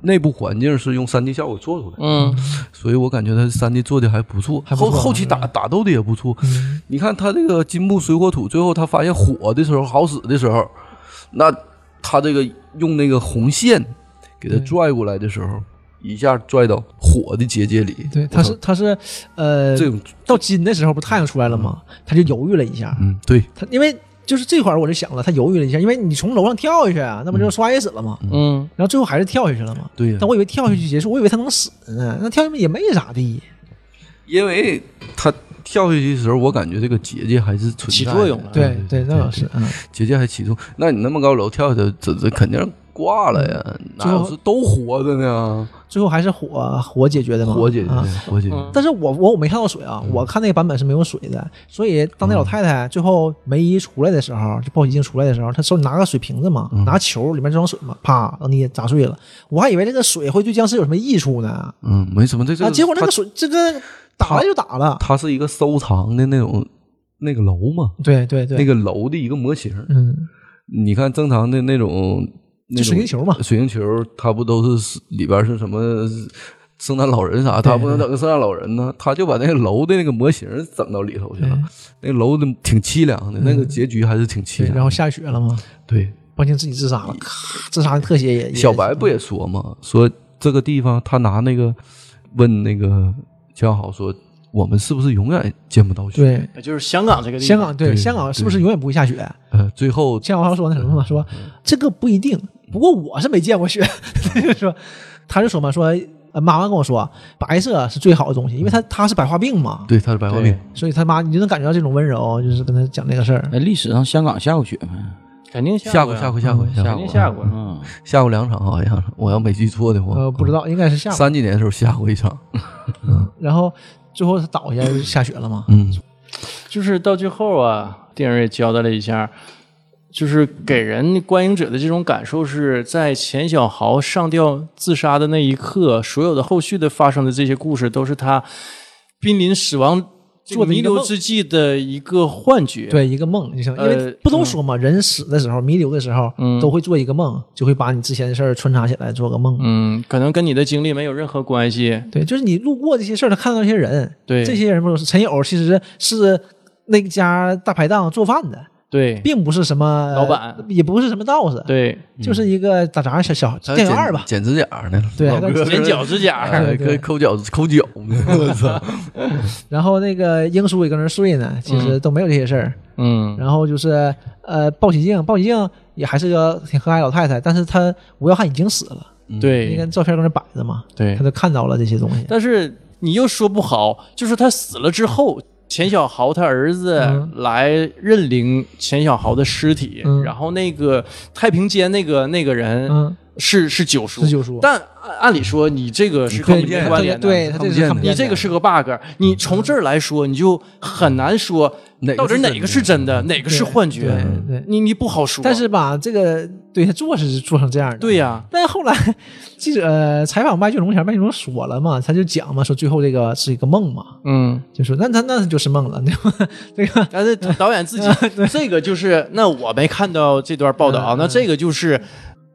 内部环境是用三 D 效果做出来的，嗯，所以我感觉他三 D 做的还不错，还不错啊嗯后后期打打斗的也不错。你看他这个金木水火土，最后他发现火的时候好使的时候，那他这个用那个红线给他拽过来的时候，一下拽到火的结界里。对，他是他是呃，这种，到金的时候不太阳出来了吗？他就犹豫了一下，嗯，对，他因为就是这块儿我就想了，他犹豫了一下，因为你从楼上跳下去啊，那不就摔死了吗？嗯，然后最后还是跳下去了吗？对呀但我以为跳下去就结束，我以为他能死呢，那跳下去也没咋地。因为他跳下去的时候，我感觉这个结界还是存在的起作用了对对，那倒是，嗯，结界还启动，那你那么高楼跳下去，这这肯定挂了呀！哪最有后是都活着呢？最后还是火火解决的嘛，活解决啊，活解决，嗯但是我我我没看到水啊，嗯我看那个版本是没有水的，所以当那老太太最后梅姨出来的时候，就报喜镜出来的时候，她手里拿个水瓶子嗯嘛，拿球里面装水嘛，啪让你砸碎了。我还以为这个水会对僵尸有什么益处呢，啊，嗯，没什么。这这结果那它个水这个打了就打了，它是一个收藏的那种那个楼嘛，对对对，那个楼的一个模型。嗯，你看正常的那种，那就种水晶球嘛，水晶球，它不都是里边是什么圣诞老人啥？它不能整个圣诞老人呢，它就把那个楼的那个模型整到里头去了。那楼的挺凄凉嗯的，那个结局还是挺凄对，凉的。然后下雪了嘛，对，邦青自己自杀了，咔，自杀的特写也也小白不也说吗？说这个地方，他拿那个问那个江豪说，我们是不是永远见不到雪？对。就是香港这个地方，香港对对香港是不是永远不会下雪？呃，最后像我说那什么嘛，说这个不一定，不过我是没见过雪， 说他就说嘛，说呃妈妈跟我说，白色是最好的东西，因为他他是白化病嘛，对他是白化病对，所以他妈你就能感觉到这种温柔，就是跟他讲这个事儿，哎，历史上香港下过雪没？肯定下过过呀下过下过肯定下过。嗯，下过两场，好像是我要没记错的话，呃，不知道应该是下午，三几年的时候下过一场，然后最后他倒下就下雪了嘛，嗯，就是到最后啊，电影也交代了一下，就是给人观影者的这种感受是在钱小豪上吊自杀的那一刻，所有的后续的发生的这些故事，都是他濒临死亡做的一弥个留梦之际的一个幻觉。，对，一个梦就像，因为呃不都说嘛，人死的时候弥留的时候嗯都会做一个梦，就会把你之前的事儿穿插起来做个梦，嗯，可能跟你的经历没有任何关系。对，就是你路过这些事儿，他看到那些人，对这些人不是陈友，其实是那家大排档做饭的，对并不是什么老板，也不是什么道士，，对，就是一个打杂小小咱店员剪儿吧，剪指甲呢， 对老 还哥在剪脚趾甲 哎儿，对对可以抠脚抠脚 呢，我操！然后那个英叔也跟那儿睡呢，其实都没有这些事儿。嗯，然后就是呃，鲍喜静，鲍喜静也还是个挺和蔼老太太，但是她吴耀汉已经死了，那对个照片搁那摆着嘛，对她。都看到了这些东西。但是你又说不好，就是他死了之后，钱小豪他儿子嗯来认领钱小豪的尸体，嗯然后那个太平间那个那个人嗯，是、是九叔，是九叔但按按理说你这个是你跟看你不见没的关联的，对，她这是看不见你的这个是个 bug，你从这儿来说，你就很难说哪个到底是哪真个的是真的，哪个是幻觉，对对你你不好说。但是吧，这个对他做是做成这样的，对呀、但后来 记者、呃采访麦浚龙前，麦浚龙说了嘛，他就讲嘛，说最后这个是一个梦嘛，嗯，就说那那那就是梦了，对 吧？这个但是导演 自己，这个就是那我没看到这段报道嗯啊，那这个就是。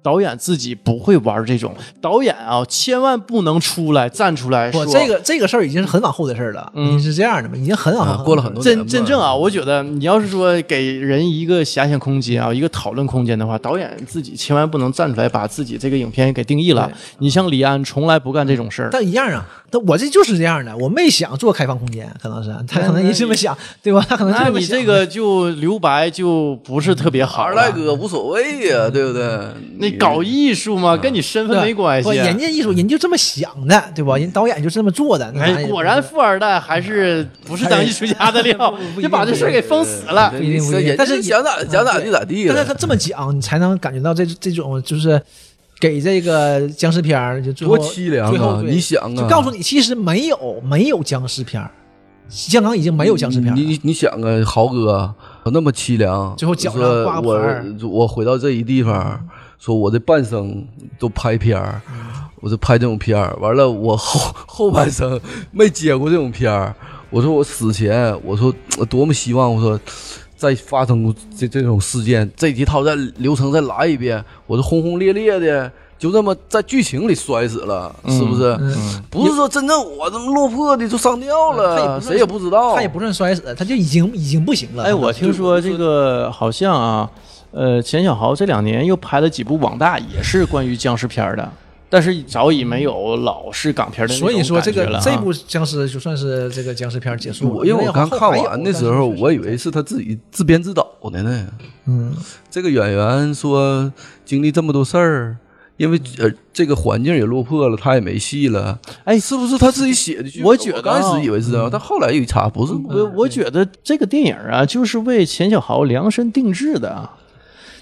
导演自己不会玩这种，导演啊，千万不能出来站出来说嗯我这个这个事儿已经是很往后的事儿了，已经是这样的嘛，已经很往后、啊过了很多年真嘛真正啊，我觉得你要是说给人一个遐想空间啊，一个讨论空间的话，导演自己千万不能站出来把自己这个影片给定义了。你像李安从来不干这种事儿，但一样啊，但我这就是这样的，我没想做开放空间，可 能是他可能也这么想，对吧？他可能就那这么你想这个就留白就不是特别好嗯二了赖哥无所谓呀，对不对？那搞艺术嗯嘛，跟你身份对吧没关系啊不。人家艺术人就这么想的，对吧？人导演就这么做的，那咱哎，也果然富二代还是不是当艺术家的料，就把这事儿给封死了。不一定不一定人家但是啊想咋想咋地咋地但了是他这么讲，你才能感觉到这这种就是给这个僵尸片儿就最后多凄凉最后啊！对你想啊，就告诉你，其实没有没有僵尸片儿，香港已经没有僵尸片儿了。你你你想啊，豪哥那么凄凉，最后脚上说挂个我牌儿我回到这一地方，说我这半生都拍片儿，我就拍这种片儿，完了我后后半生没接过这种片儿。我说我死前，我说我多么希望，我说再发生过这这种事件，这一套再流程再来一遍，我这轰轰烈烈的。就这么在剧情里摔死了，是不是？嗯不是说真正我这么落魄的就上吊嗯他也了，不是谁也不知道。他也不算摔死，他就已经已经不行了。哎，我听说这个好像啊，呃，钱小豪这两年又拍了几部网大，也是关于僵尸片儿的，但是早已没有老式港片的那种所以说这感觉了个啊这部僵尸就算是这个僵尸片儿结束了。我因为我刚看完的时候，因为往后还有我以为是他自己自编自导的呢。嗯，这个演员说经历这么多事儿，因为呃这个环境也落魄了，他也没戏了。哎是不是他自己写的剧本？我我觉得啊刚开始以为是嗯啊，但后来一查不是。我我觉得这个电影啊，就是为钱小豪量身定制的啊，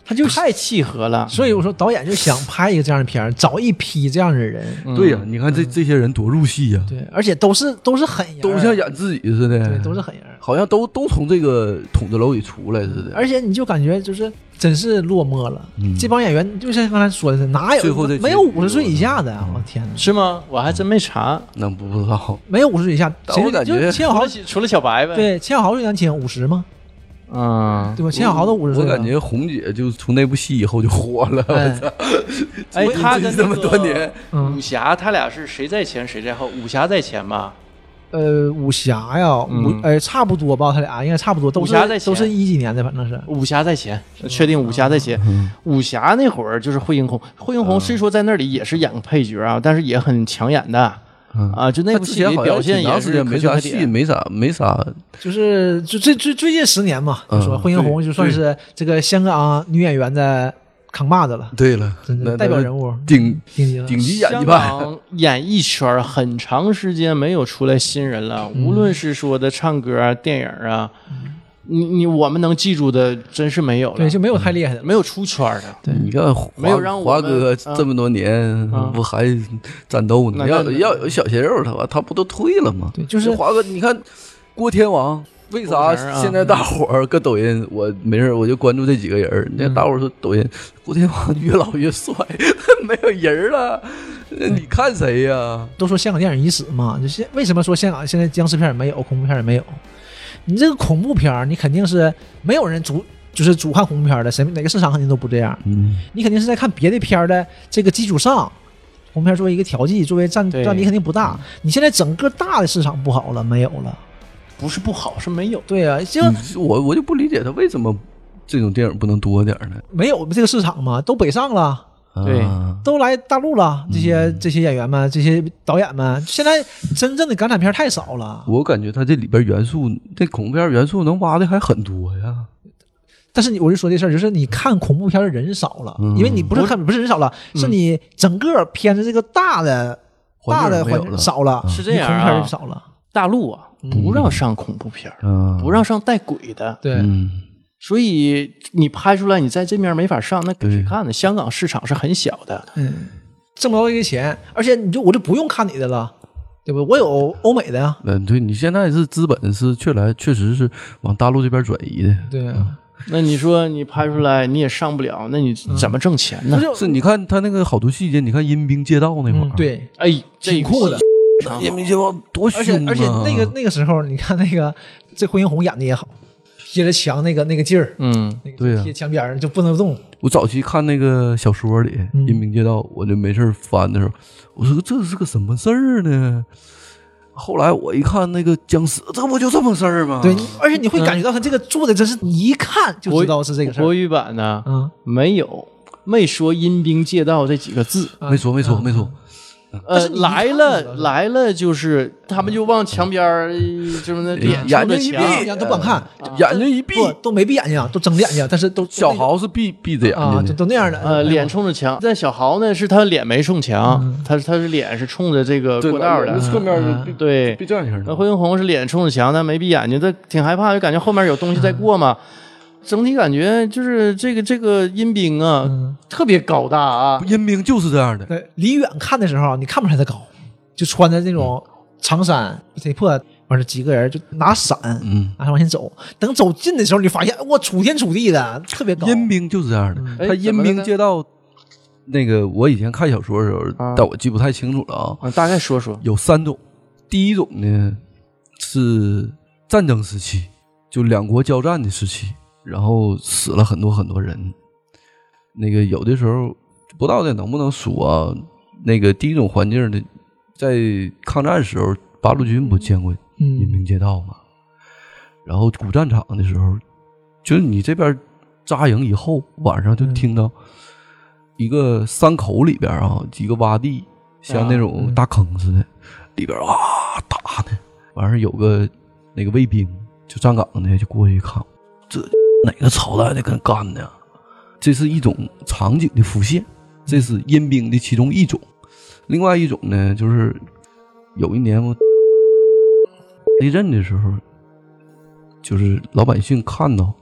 他就太契合了。所以我说导演就想拍一个这样的片儿，找一批这样的人，对呀，你看这这些人多入戏呀，嗯对，而且都是都是狠人儿，都像演自己似对，的，都是狠人儿。好像都都从这个筒子楼里出来似的。而且你就感觉就是真是落寞了，嗯这帮演员就像刚才说的，哪有最后这没有五十岁以下的啊？嗯我、天哪，是吗？我还真没查，那不知道，没有五十岁以下，但谁我感就觉钱小除豪了小除了小白呗。，对钱小豪最年轻五十吗？嗯，对吧？钱小豪都五十岁我了，感觉红姐就从那部戏以后就火了。我哎操，哎，他跟这么那个多年，嗯武侠，他俩是谁在前谁在后？武侠在前吧？呃，武侠呀，武嗯呃差不多吧，他俩应该差不多，都是武侠在前都是一几年的，反正是武侠在前，确定武侠在前。武侠那会儿就是惠英红，惠英红虽说在那里也是演个配角啊，但是也很抢眼的嗯啊。就那他部之戏前里好像表现挺长也时是间可没圈啥可戏，点。没啥 没啥，就是就最最最近十年嘛，就说嗯惠英红就算是这个香港女演员的扛把子了，对了，真那的代表那人物顶顶级了。顶级演技香派，港演艺圈很长时间没有出来新人了，无论是说的唱歌啊、电影啊，你你我们能记住的真是没有了对，，就没有太厉害的了。没有出圈的。你看华没有让我华们哥啊这么多年啊不还战斗呢？那要那要有小鲜肉的话，他不都退了吗？对就是华哥，你看郭天王。为啥郭富城啊现在大伙儿搁抖音？我没事儿我就关注这几个人儿。那大伙儿说抖音，郭天王越老越帅， 没有人儿了，你看谁呀？都说香港电影已死嘛，就现为什么说香港现在僵尸片也没有，恐怖片也没有？你这个恐怖片儿，你肯定是没有人主就是主看恐怖片儿的，谁哪个市场肯定都不这样。嗯，你肯定是在看别的片儿的这个基础上，恐怖片作为一个调剂，作为占对占比肯定不大。你现在整个大的市场不好了，没有了。不是不好，是没有。嗯对啊，就我我就不理解他为什么这种电影不能多点儿呢？没有这个市场嘛，都北上了。对啊都来大陆了，这些、嗯这些演员们，这些导演们，现在真正的港产片太少了。我感觉它这里边元素，这恐怖片元素能挖的还很多呀。但是你我就说这事儿，就是你看恐怖片的人少了，因为你不是看不是人少了，是你整个片子这个大的大环境的没有环了少了，是这样啊你恐怖片人少了。大陆啊，不让上恐怖片儿，嗯，不让上带鬼的，对嗯，所以你拍出来，你在这面没法上，那给谁对看呢？香港市场是很小的，嗯，挣不着这个钱，而且你就我就不用看你的了，对不？我有欧美的呀，嗯，对你现在是资本是确来确实是往大陆这边转移的。对呀、那你说你拍出来你也上不了，那你嗯怎么挣钱呢不？是是你看他那个好多细节，你看阴兵借道那会儿，嗯，对，哎，这挺酷的。个阴兵借道多凶、而啊，且而且那个那个时候，你看那个这惠英红演的也好，贴着墙那个那个劲儿，嗯，那个对啊呀贴墙边儿就不能动。我早期看那个小说里《阴明街道》，我就没事儿翻的时候，我说这是个什么事儿呢？后来我一看那个僵尸，这不就这么事儿吗？对，你而且你会感觉到他这个做的真是，你一看就知道是这个事国儿。语版呢嗯，没有，没说阴兵借道这几个字。没说没说没说，呃嗯是，你来了来了，就是他们就往墙边儿，就是那脸眼睛冲着一墙闭嗯眼睛都哎不敢嗯看，眼睛一闭，不都没闭眼睛啊啊，都睁着眼睛，但是都小豪是闭闭着眼啊，都睛的，都那样的。呃，脸冲着墙。但小豪呢，是他脸没冲墙，嗯他他是脸是冲着这个对过道完了的。侧面就闭对，闭这样型那的。惠英红是脸冲着墙，但没闭眼睛，她挺害怕，就感觉后面有东西在过嗯嘛。整体感觉就是这个这个阴兵啊，嗯特别高大啊，阴兵就是这样的，对，离远看的时候你看不出来他高，就穿着那种嗯长衫贼破，完事几个人就拿伞，啊嗯，然后往前走。等走近的时候，你发现哇，楚天楚地的，特别高。阴兵嗯就是这样的。哎他阴兵街道，那个我以前看小说的时候啊，但我记不太清楚了啊。啊大概说说，有三种，第一种呢是战争时期，就两国交战的时期，然后死了很多很多人。那个有的时候不知道这能不能说啊？那个第一种环境的，在抗战时候，八路军不建过人嗯民街道嘛，然后古战场的时候，就是你这边扎营以后，晚上就听到一个山口里边啊，一个洼地，像那种大坑似的，里边哇打呢，完事儿有个那个卫兵就站岗的就过去一看，这哪个朝代的跟干的啊？这是一种场景的浮现，这是阴兵的其中一种。另外一种呢，就是有一年我地震的时候，就是老百姓看到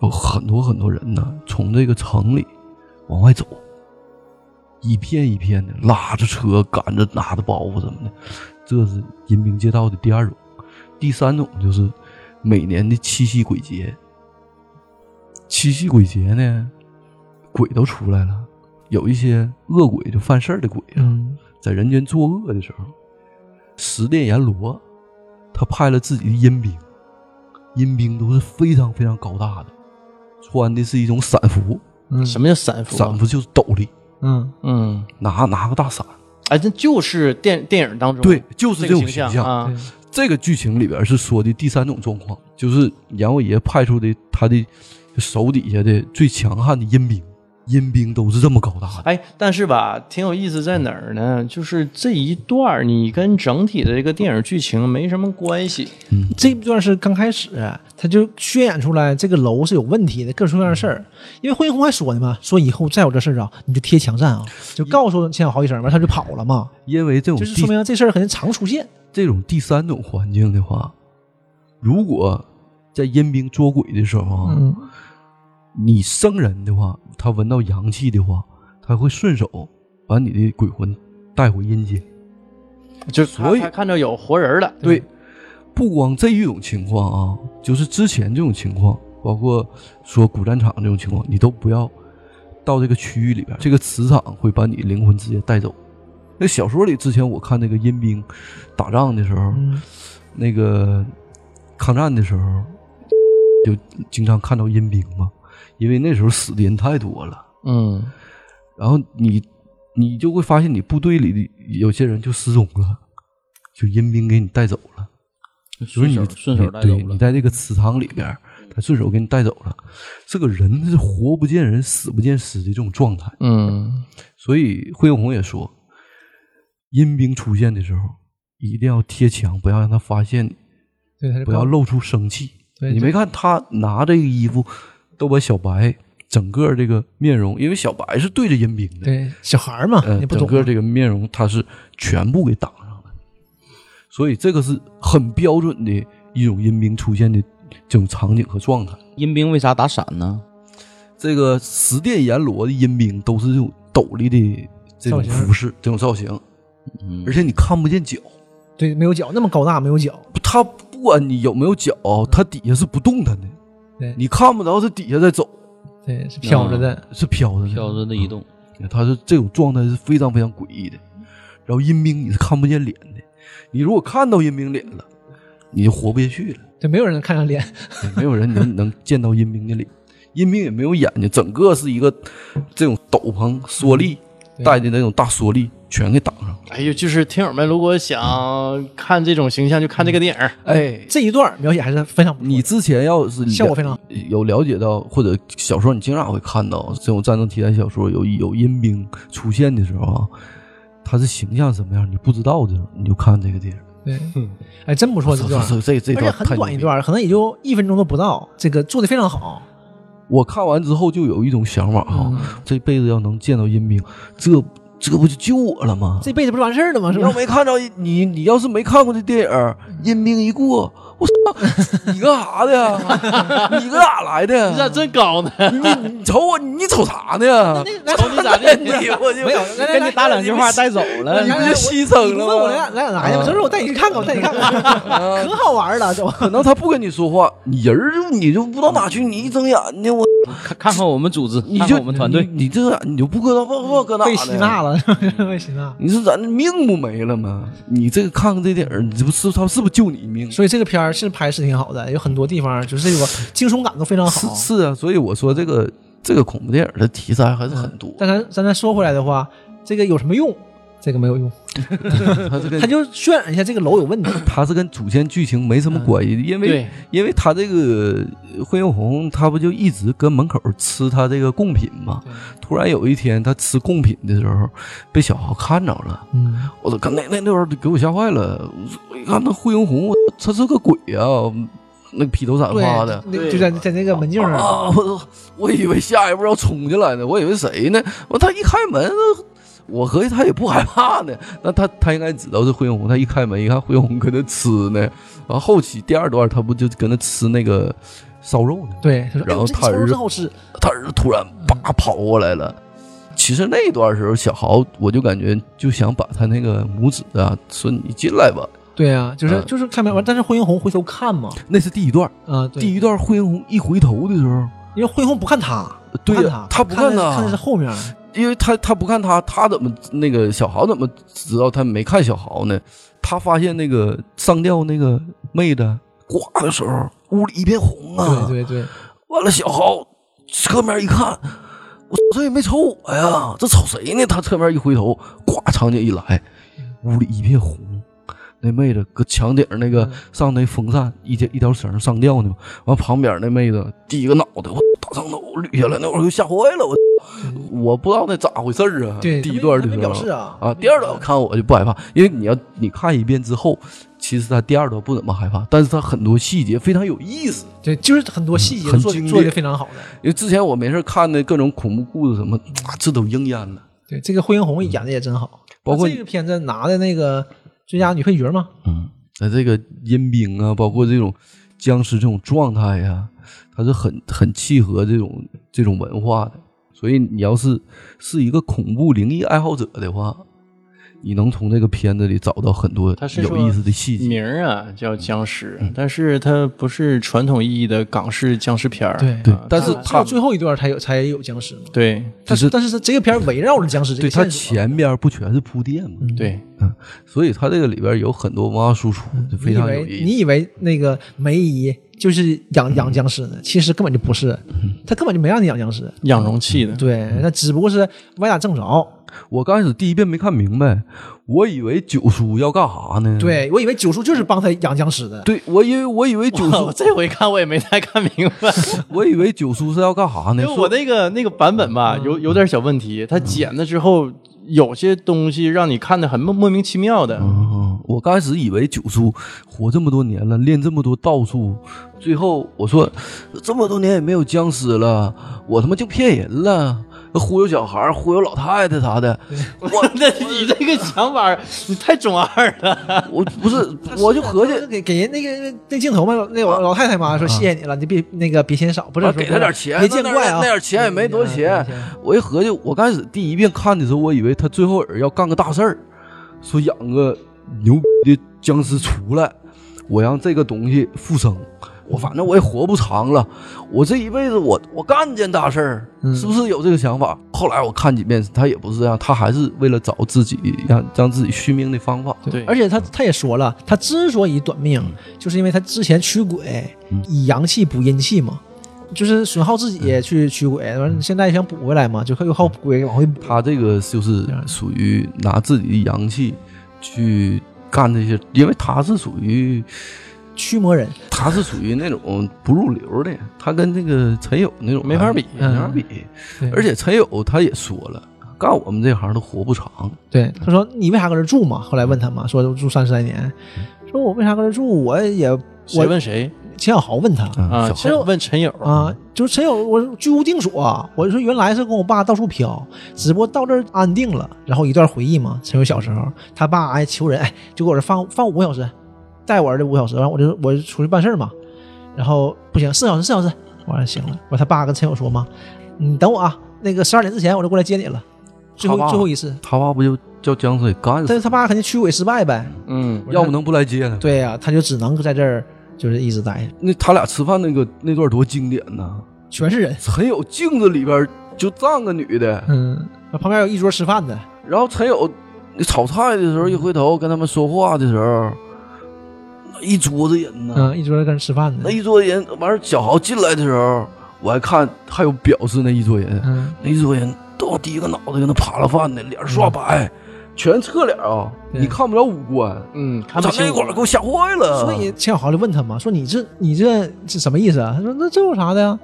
有很多很多人呢，从这个城里往外走，一片一片的拉着车，赶着拿着包袱什么的，这是人民街道的第二种。第三种就是每年的七夕鬼节，七夕鬼节呢，鬼都出来了，有一些恶鬼就犯事儿的鬼啊，嗯在人间作恶的时候，十殿阎罗他派了自己的阴兵，阴兵都是非常非常高大的，穿的是一种伞服，嗯什么叫散服啊？伞服就是斗笠，嗯嗯，拿拿个大伞，哎，这就是电电影当中对，就是这这个种形形象象。啊，这个剧情里边是说的第三种状况，就是阎王爷派出的他的手底下的最强悍的阴兵，阴兵都是这么高大的。哎，但是吧，挺有意思在哪儿呢？就是这一段儿你跟整体的这个电影剧情没什么关系，这一段是刚开始，他就宣演出来这个楼是有问题的，各种各样的事儿。嗯因为惠英红还说呢嘛，说以后再有这事儿啊，你就贴墙站啊，就嗯告诉钱小豪一声，完他就跑了嘛，因为这种就是地说明这事儿很常出现。这种第三种环境的话，如果在阴兵捉鬼的时候啊，嗯你生人的话，他闻到阳气的话，他会顺手把你的鬼魂带回阴间。就是他所以他看着有活人了，对，不光这一种情况啊，就是之前这种情况，包括说古战场这种情况，你都不要到这个区域里边，这个磁场会把你灵魂直接带走。那小说里之前我看那个阴兵打仗的时候，嗯那个抗战的时候，就经常看到阴兵嘛，因为那时候死的人太多了。嗯，然后你你就会发现你部队里的有些人就失踪了，就阴兵给你带走了，就是顺你手顺手带走对你了。嗯在这个祠堂里边儿，他顺手给你带走了。这个人是活不见人，死不见尸的这种状态。嗯所以惠英红也说，阴兵出现的时候，一定要贴墙，不要让他发现你，对，他就不要告露出生气。对你没看他拿这个衣服，都把小白整个这个面容，因为小白是对着阴兵的，对小孩儿嘛，呃，你不整懂个这个面容他是全部给挡上了。所以这个是很标准的一种阴兵出现的这种场景和状态。阴兵为啥打伞呢？这个十殿阎罗的阴兵都是这种斗笠的这造种型服饰，这种造型，嗯而且你看不见脚，对，没有脚，那么高大没有脚，他不管你有没有脚，他底下是不动弹的，对你看不着他底下在走，对，是飘嗯着的，是飘着的，飘着的移 动，他是这种状态是非常非常诡异的。嗯然后阴兵你是看不见脸的，你如果看到阴兵脸了，你就活不下去了，对，没有人能看上脸，也没有人能 能见到阴兵的脸，阴兵也没有眼睛，整个是一个这种斗篷缩力嗯对带的那种大缩力全给挡上了。哎呦，就是听友们如果想看这种形象，就看这个电影。哎，呃这一段描写还是非常不错的你之前要是了效果非常好有了解到，或者小说你经常会看到这种战争题材小说有有阴兵出现的时候啊，他是形象什么样你不知道的时候，你就看这个电影。对，嗯哎，真不错这段，这这这而且段很太牛短一逼了。段，可能也就一分钟都不到，这个做的非常好，我看完之后就有一种想法哈、这辈子要能见到阴兵，这这不就救我了吗？这辈子不就完事儿了吗？是你吧要？没看着你，你要是没看过这电影儿《嗯阴兵一过》，我操， 你干啥的呀？你搁哪来的？ 你咋真高呢？你你瞅我，你瞅啥呢？瞅你咋地？你我就没有，来来来，带走了来来来你就牺牲你了不哎吗嗯问我来来来呀？我说我带你去看看，我带你看 看，可好玩了，都可能他不跟你说话，你人儿就你就不知道哪去，你一睁眼呢，我看看看我们组织，你看就看我们团队，你你这你就不知道不知道搁哪被吸纳了。了， 被吸纳。你说咱的命不没了吗？你这个看看这电影，你这不是他是不是救你一命？所以这个片儿是拍是挺好的，有很多地方就是这个 惊悚感都非常是好。是啊，所以我说这个这个恐怖电影的题材还是很多，但咱咱再说回来的话，这个有什么用？这个没有用，它是跟他就渲染一下这个楼有问题。它是跟主线剧情没嗯什么关系，因为对，因为他这个呃惠英红，他不就一直跟门口吃他这个贡品吗？突然有一天，他吃贡品的时候，被小豪看着了。嗯，我操！那那那会儿给我吓坏了。我一看那惠英红，我操他是个鬼啊！那披头散发的对，哦那就在在那个门镜那儿，啊！我操！我以为下一步要冲进来呢，我以为谁呢？我他一开门，我合计他也不害怕呢。那他他应该知道是惠英红。他一开门一看惠英红搁那吃呢，然后后期第二段他不就搁那吃那个烧肉呢？嗯对，他说：“哎然呦，后这他烧肉儿子真好吃。他儿子突然叭跑过来了。其实那段时候，小豪我就感觉就想把他那个拇指啊，说你进来吧。”对啊，就是嗯就是看没完，但是惠英红回头看嘛，那是第一段，啊，对第，一段惠英红一回头的时候，因为惠英红不看他，不对看呀他，，他不看的看的是他，后面，因为他他不看他，他怎么那个小豪怎么知道他没看小豪呢？他发现那个上吊那个妹子挂的时候，屋里一片红啊，对对对，完了，小豪侧面一看，我操这也没瞅我呀，这瞅谁呢？他侧面一回头，咵，场景一来，屋里一片红。那妹子搁墙顶那嗯个上那风扇一条一条绳上吊呢嘛，完旁边那妹子第一个脑袋，我大长头捋下来，那会儿就吓坏了我， 我不知道那咋回事儿啊。嗯对，第他一没段他的没时表示候啊，啊，第二段我看我就不害怕，因为你要你看一遍之后，其实他第二段不怎么害怕，但是他很多细节非常有意思。对，就是很多细节很做经得典做的非常好的。因为之前我没事看的各种恐怖故事什么，啊这都应验了。对，这个惠英红演的也真好，啊包括这个片子拿的那个最佳女配角嘛，嗯，那这个阴兵啊，包括这种僵尸这种状态呀、它是很很契合这种这种文化的。所以你要是是一个恐怖灵异爱好者的话，你能从这个片子里找到很多它是有说意思的细节。名儿啊叫僵尸，但是它不是传统意义的港式僵尸片儿。对对啊，但是只有它最后一段才有才有僵尸嘛。对但是是但是这个片儿围绕着僵尸这对个它线啊索，前边不全是铺垫嘛，嗯对，所以它这个里边有很多文化输出，就嗯你非以常有为意思。嗯你以为那个梅姨就是养养僵尸呢？其实根本就不是，她根本就没让你养僵尸，养容器的。嗯对，那只不过是歪打正着。我刚开始第一遍没看明白，我以为九叔要干啥呢？对我以为九叔就是帮他养僵尸的， 对，我以为我以为九 我叔，这回看我也没太看明白，我以为九叔是要干啥呢？因为我说那个那个版本吧，有有点小问题，它剪了之后有些东西让你看的很莫莫名其妙的。嗯，我刚开始以为九叔活这么多年了，练这么多道术，最后我说这么多年也没有僵尸了，我他妈就骗人了，忽悠小孩儿，忽悠老太太 啥的，我 那你这个想法，你太中二了。我不是，我就合计就是给给人那个那镜头嘛，老那老老太太嘛说谢谢你了，你别那个别嫌少，不是啊说给他点钱，没见怪啊，那那点钱也没多钱嗯。我一合计，我刚开始第一遍看的时候，我以为他最后人要干个大事儿，说养个牛逼的僵尸出来，我让这个东西复生。我反正我也活不长了，我这一辈子我我干件大事儿，是不是有这个想法？后来我看几遍，他也不是这样，他还是为了找自己让让自己续命的方法。对嗯而且他他也说了，他之所以短命，就是因为他之前驱鬼，以阳气补阴气嘛，就是损耗自己去驱鬼，嗯完了现在想补回来嘛，就又靠鬼往回补。他这个就是属于拿自己的阳气去干这些，因为他是属于驱魔人，他是属于那种不入流的，他跟那个陈友那种没法比嗯没法比。而且陈友他也说了，干我们这行都活不长。对他说你为啥搁这住嘛？后来问他嘛，说住三十来年，说我为啥搁这住？我也谁嗯问谁钱小豪问他，啊？嗯小其实问陈友，啊，就是陈友，我居无定所、啊我说原来是跟我爸到处飘，只不过到这儿安定了。然后一段回忆嘛，陈友小时候，他爸哎求人，哎就给我这放放五个小时，带我儿子五个小时，完了我就我就出去办事儿嘛。然后不行，四小时四小时，完了行了。我他爸跟陈友说嘛，你等我啊，那个十二点之前我就过来接你了，最后好吧最后一次。他爸不就叫僵尸给干但死，是他爸肯定驱鬼失败呗，嗯，要不能不来接呢？对呀、啊他就只能在这儿就是一直待着，那他俩吃饭那个那段多经典呐！全是人。陈友镜子里边就站个女的，嗯，旁边有一桌吃饭的，然后陈友炒菜的时候一回头跟他们说话的时候，那一桌子人呐。嗯，一桌跟人吃饭的那，一桌人，完事儿小豪进来的时候，我还看还有表示那一桌人，嗯。那一桌人都低个脑袋跟那扒拉饭呢，脸儿刷白，全侧脸啊，对你看不着五官。嗯，看不咱清那我会儿给我吓坏了。所以钱小豪就问他嘛，说你这你这这什么意思啊？他说那这有啥的呀？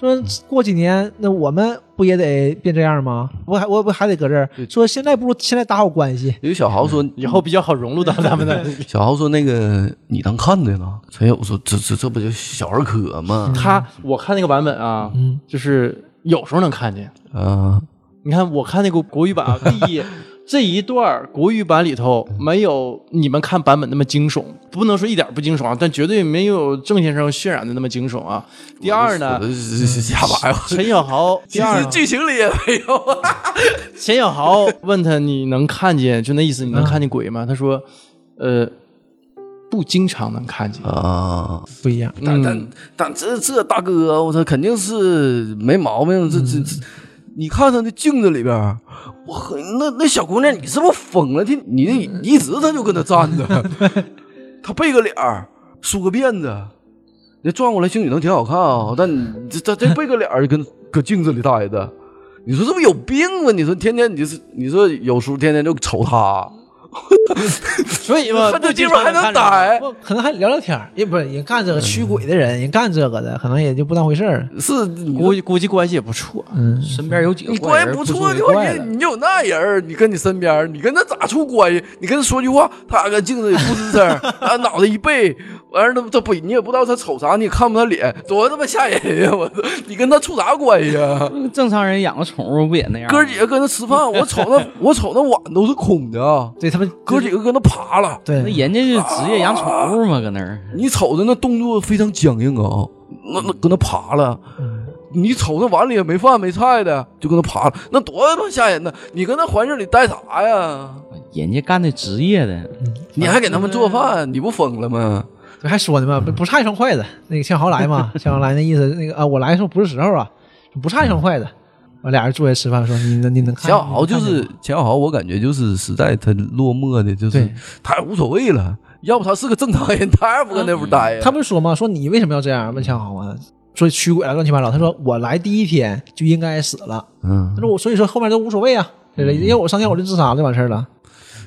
说嗯过几年那我们不也得变这样吗？我还我不还得搁这儿？说现在不如现在打好关系。有小豪说，以后比较好融入到他们的。小豪说那个你能看的呢。陈友说这这这不就小儿科吗？ 他我看那个版本啊，嗯就是有时候能看见。啊，你看，我看那个国语版啊，第一这一段儿国语版里头没有你们看版本那么惊悚，不能说一点儿不惊悚啊，但绝对没有郑先生渲染的那么惊悚啊。第二呢我，这瞎白话。陈小豪，第 其二实呢剧情里也没有啊。陈小豪问他你能看见，就那意思，嗯你能看见鬼吗？他说，呃，不经常能看见。啊，不一样，嗯但但但这这大哥，我操，肯定是没毛病。这嗯这这，你看他那镜子里边儿，我很那那小姑娘，你是不是疯了？她你嗯你一直她就跟那站 着，她背个脸儿，梳个辫子，那转过来兴许能挺好看啊。但你这这这背个脸儿跟搁镜子里待着，你说这不有病吗？你说天天你是你说有时候天天就瞅她，所以 嘛，她不这地经方常还能看见待。不可能还聊聊天儿，也不是人干这个嗯驱鬼的人，人干这个的可能也就不当回事儿。是你估计估计关系也不错。嗯，身边有几个你关系人不出错也的话，怪了你你有那人儿，你跟你身边儿，你跟他咋处关系？你跟他说句话，他搁镜子里不吱声儿，啊，脑袋一背，完事儿他他不，你也不知道他瞅啥，你也看不他脸，多他妈吓人呀！我操，你跟他处啥关系啊？正常人养个宠物不也那样吗？哥几个搁那吃饭，我瞅那我瞅那碗都是空的啊，对他们哥几个搁那爬了，那对，人家就职业养宠物嘛，搁那儿。你瞅着那动作非常僵硬啊，那那搁那爬了。你瞅那碗里也没饭没菜的，就搁那爬了，那多他妈吓人呐！你搁那环境里待啥呀？人家干的职业的，你还给他们做饭，你不疯了吗？对还说呢嘛，不不差一双筷子。那个钱小豪来嘛，钱小豪来那意思那个啊，我来的时候不是时候啊，不差一双筷子。我俩人坐下吃饭，说你能你能看钱嗯小豪就你能看见是吗钱小豪，我感觉就是实在他落寞的，就是对他也无所谓了。要不他是个正常人，他也不跟那屋待呀。嗯他不是说吗？说你为什么要这样？问强豪啊，说驱鬼啊，乱七八糟。他说我来第一天就应该死了。嗯他，说我所以说后面都无所谓啊，对不对？因为我上天我就自杀就完事儿了。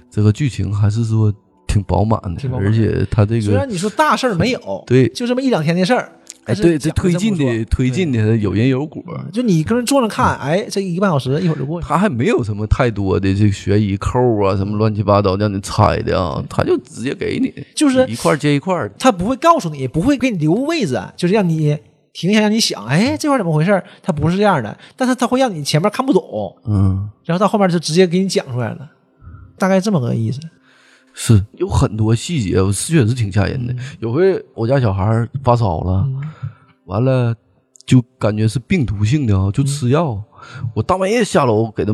这个剧情还是说挺饱满挺的，饱满而且它这虽个哎然你说大事儿没有，对就这么一两天的事儿，哎但是对这讲得推真进不错的推进的有因有果，就你跟人坐那看，哎，这一个半小时一会儿就过去了。他还没有什么太多的这个悬疑扣啊什么乱七八糟让你猜的啊，他就直接给你，就是一块儿接一块儿的。他不会告诉你，不会给你留位置，就是让你停下，让你想，哎，这块儿怎么回事儿？他不是这样的，但是他会让你前面看不懂，嗯，然后到后面就直接给你讲出来了，大概这么个意思。是有很多细节，我是确实挺吓人的。有回我家小孩儿发烧了，嗯完了就感觉是病毒性的啊，就吃药。我大半夜下楼给他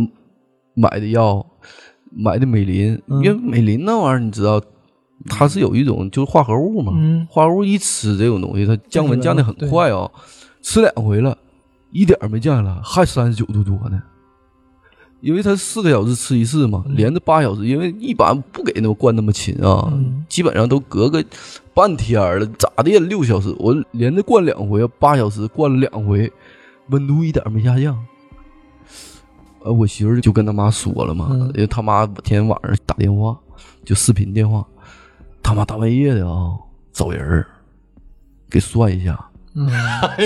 买的药，买的美林，因为美林那玩意儿你知道，它是有一种就是化合物嘛，嗯化合物一吃这种东西，它降温降的很对快啊、吃两回了，一点儿没降下来，还三十九度多呢。因为它四个小时吃一次嘛，连着八小时，因为一般不给那么灌那么勤啊，基本上都隔个半天儿了，咋的也六小时，我连着灌两回，八小时灌了两回，温度一点儿没下降。呃，我媳妇儿就跟他妈说了嘛，因为他妈天天晚上打电话，就视频电话，他妈大半夜的啊、找人儿给算一下，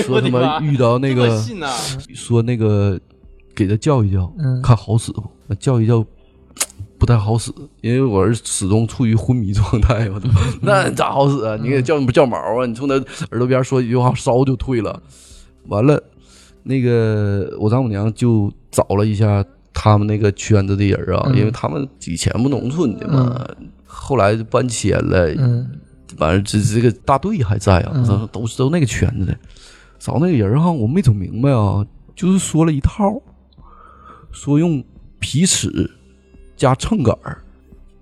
说他妈遇到那个信呐、说那个给他叫一叫，嗯看好使不？那叫一叫不太好使，因为我儿子始终处于昏迷状态。我操，那咋好使啊？你给叫你不叫毛啊？你从他耳朵边说一句话，烧就退了。完了，那个我丈母娘就找了一下他们那个圈子的人啊，因为他们以前不农村的嘛，后来就搬迁了，嗯反正这这个大队还在啊，都都是都那个圈子的。找那个人儿哈，我没整明白啊，就是说了一套，说用皮尺加秤杆儿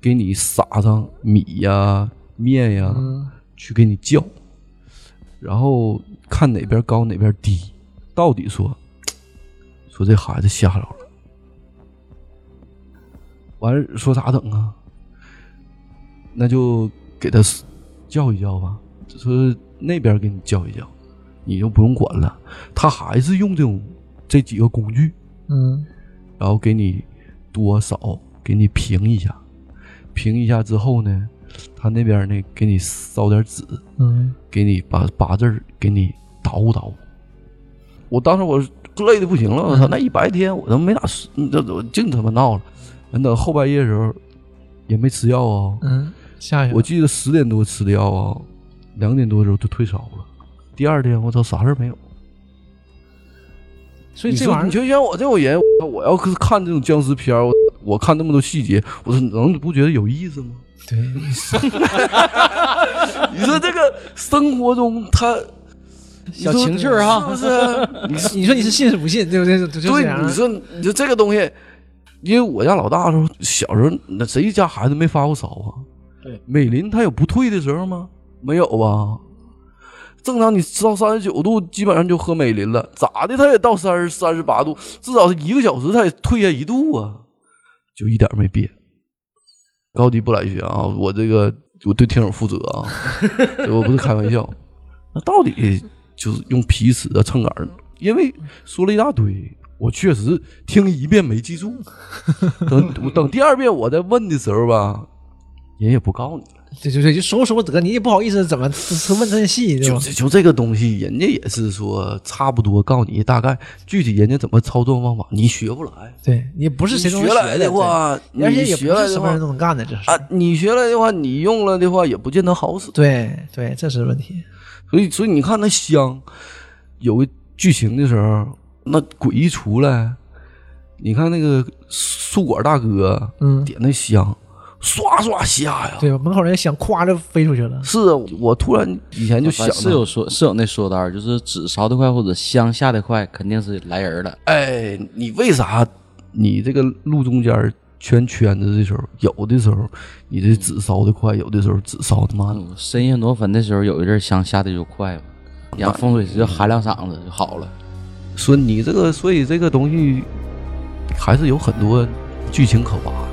给你撒上米呀、面呀、嗯去给你叫，然后看哪边高哪边低，到底说说这孩子吓着了，完了说咋整啊？那就给他叫一叫吧，就说那边给你叫一叫，你就不用管了。他还是用这种这几个工具，嗯然后给你多少给你评一下，评一下之后呢，他那边呢给你烧点纸，嗯给你把八字儿给你捣鼓捣鼓。我当时我累的不行了，嗯我操！那一白天我都没咋睡，这我净他妈闹了。完等后半夜的时候也没吃药啊，嗯，下一个我记得十点多吃的药啊，两点多的时候就退烧了。第二天我操，啥事儿没有。所以你这说玩你意儿就像我这种人，我我要是看这种僵尸片儿，我我看那么多细节，我说能不觉得有意思 吗？对，你说这个生活中他小情趣儿啊哈，是不是？你说你是信是不信，对不对？就就这样对，你说你说这个东西，因为我家老大时候小时候，那谁家孩子没发过烧啊？对，美林它有不退的时候吗？没有吧？正常你到三十九度，基本上就喝美林了，咋的？它也到三十三十八度，至少是一个小时，它也退下一度啊，就一点没变。高低不来学啊，我这个我对听友负责 啊，我不是开玩笑。那到底就是用皮尺啊、秤杆儿，因为说了一大堆，我确实听一遍没 记住。等我等第二遍我再问的时候吧，人也不告诉你了。对对对，就说说得，你也不好意思怎么问这细，对就吧？这就这个东西，人家也是说差不多告诉你大概具体人家怎么操作方法，你学不来。对你不是谁都能学来的的，话，对而且你也学不来是什的么话人都能干的，这是啊，你学来的话，你用了的话，也不见得好使。对对，这是问题。所以，所以你看那香，有个剧情的时候，那鬼一出来，你看那个宿管大哥，嗯点那香，唰唰下呀。对吧？门口人想咵就飞出去了。是啊我突然以前就想反到是有说是有那说道儿，就是纸烧得快或者香下得快，肯定是来人儿了。哎，你为啥你这个路中间儿圈圈子的时候，有的时候你这纸烧的快，有的时候纸烧的慢。嗯深夜挪坟的时候，有一阵儿香下的就快嘛，然后风水师就喊两嗓子就好了。说你这个，所以这个东西还是有很多剧情可挖。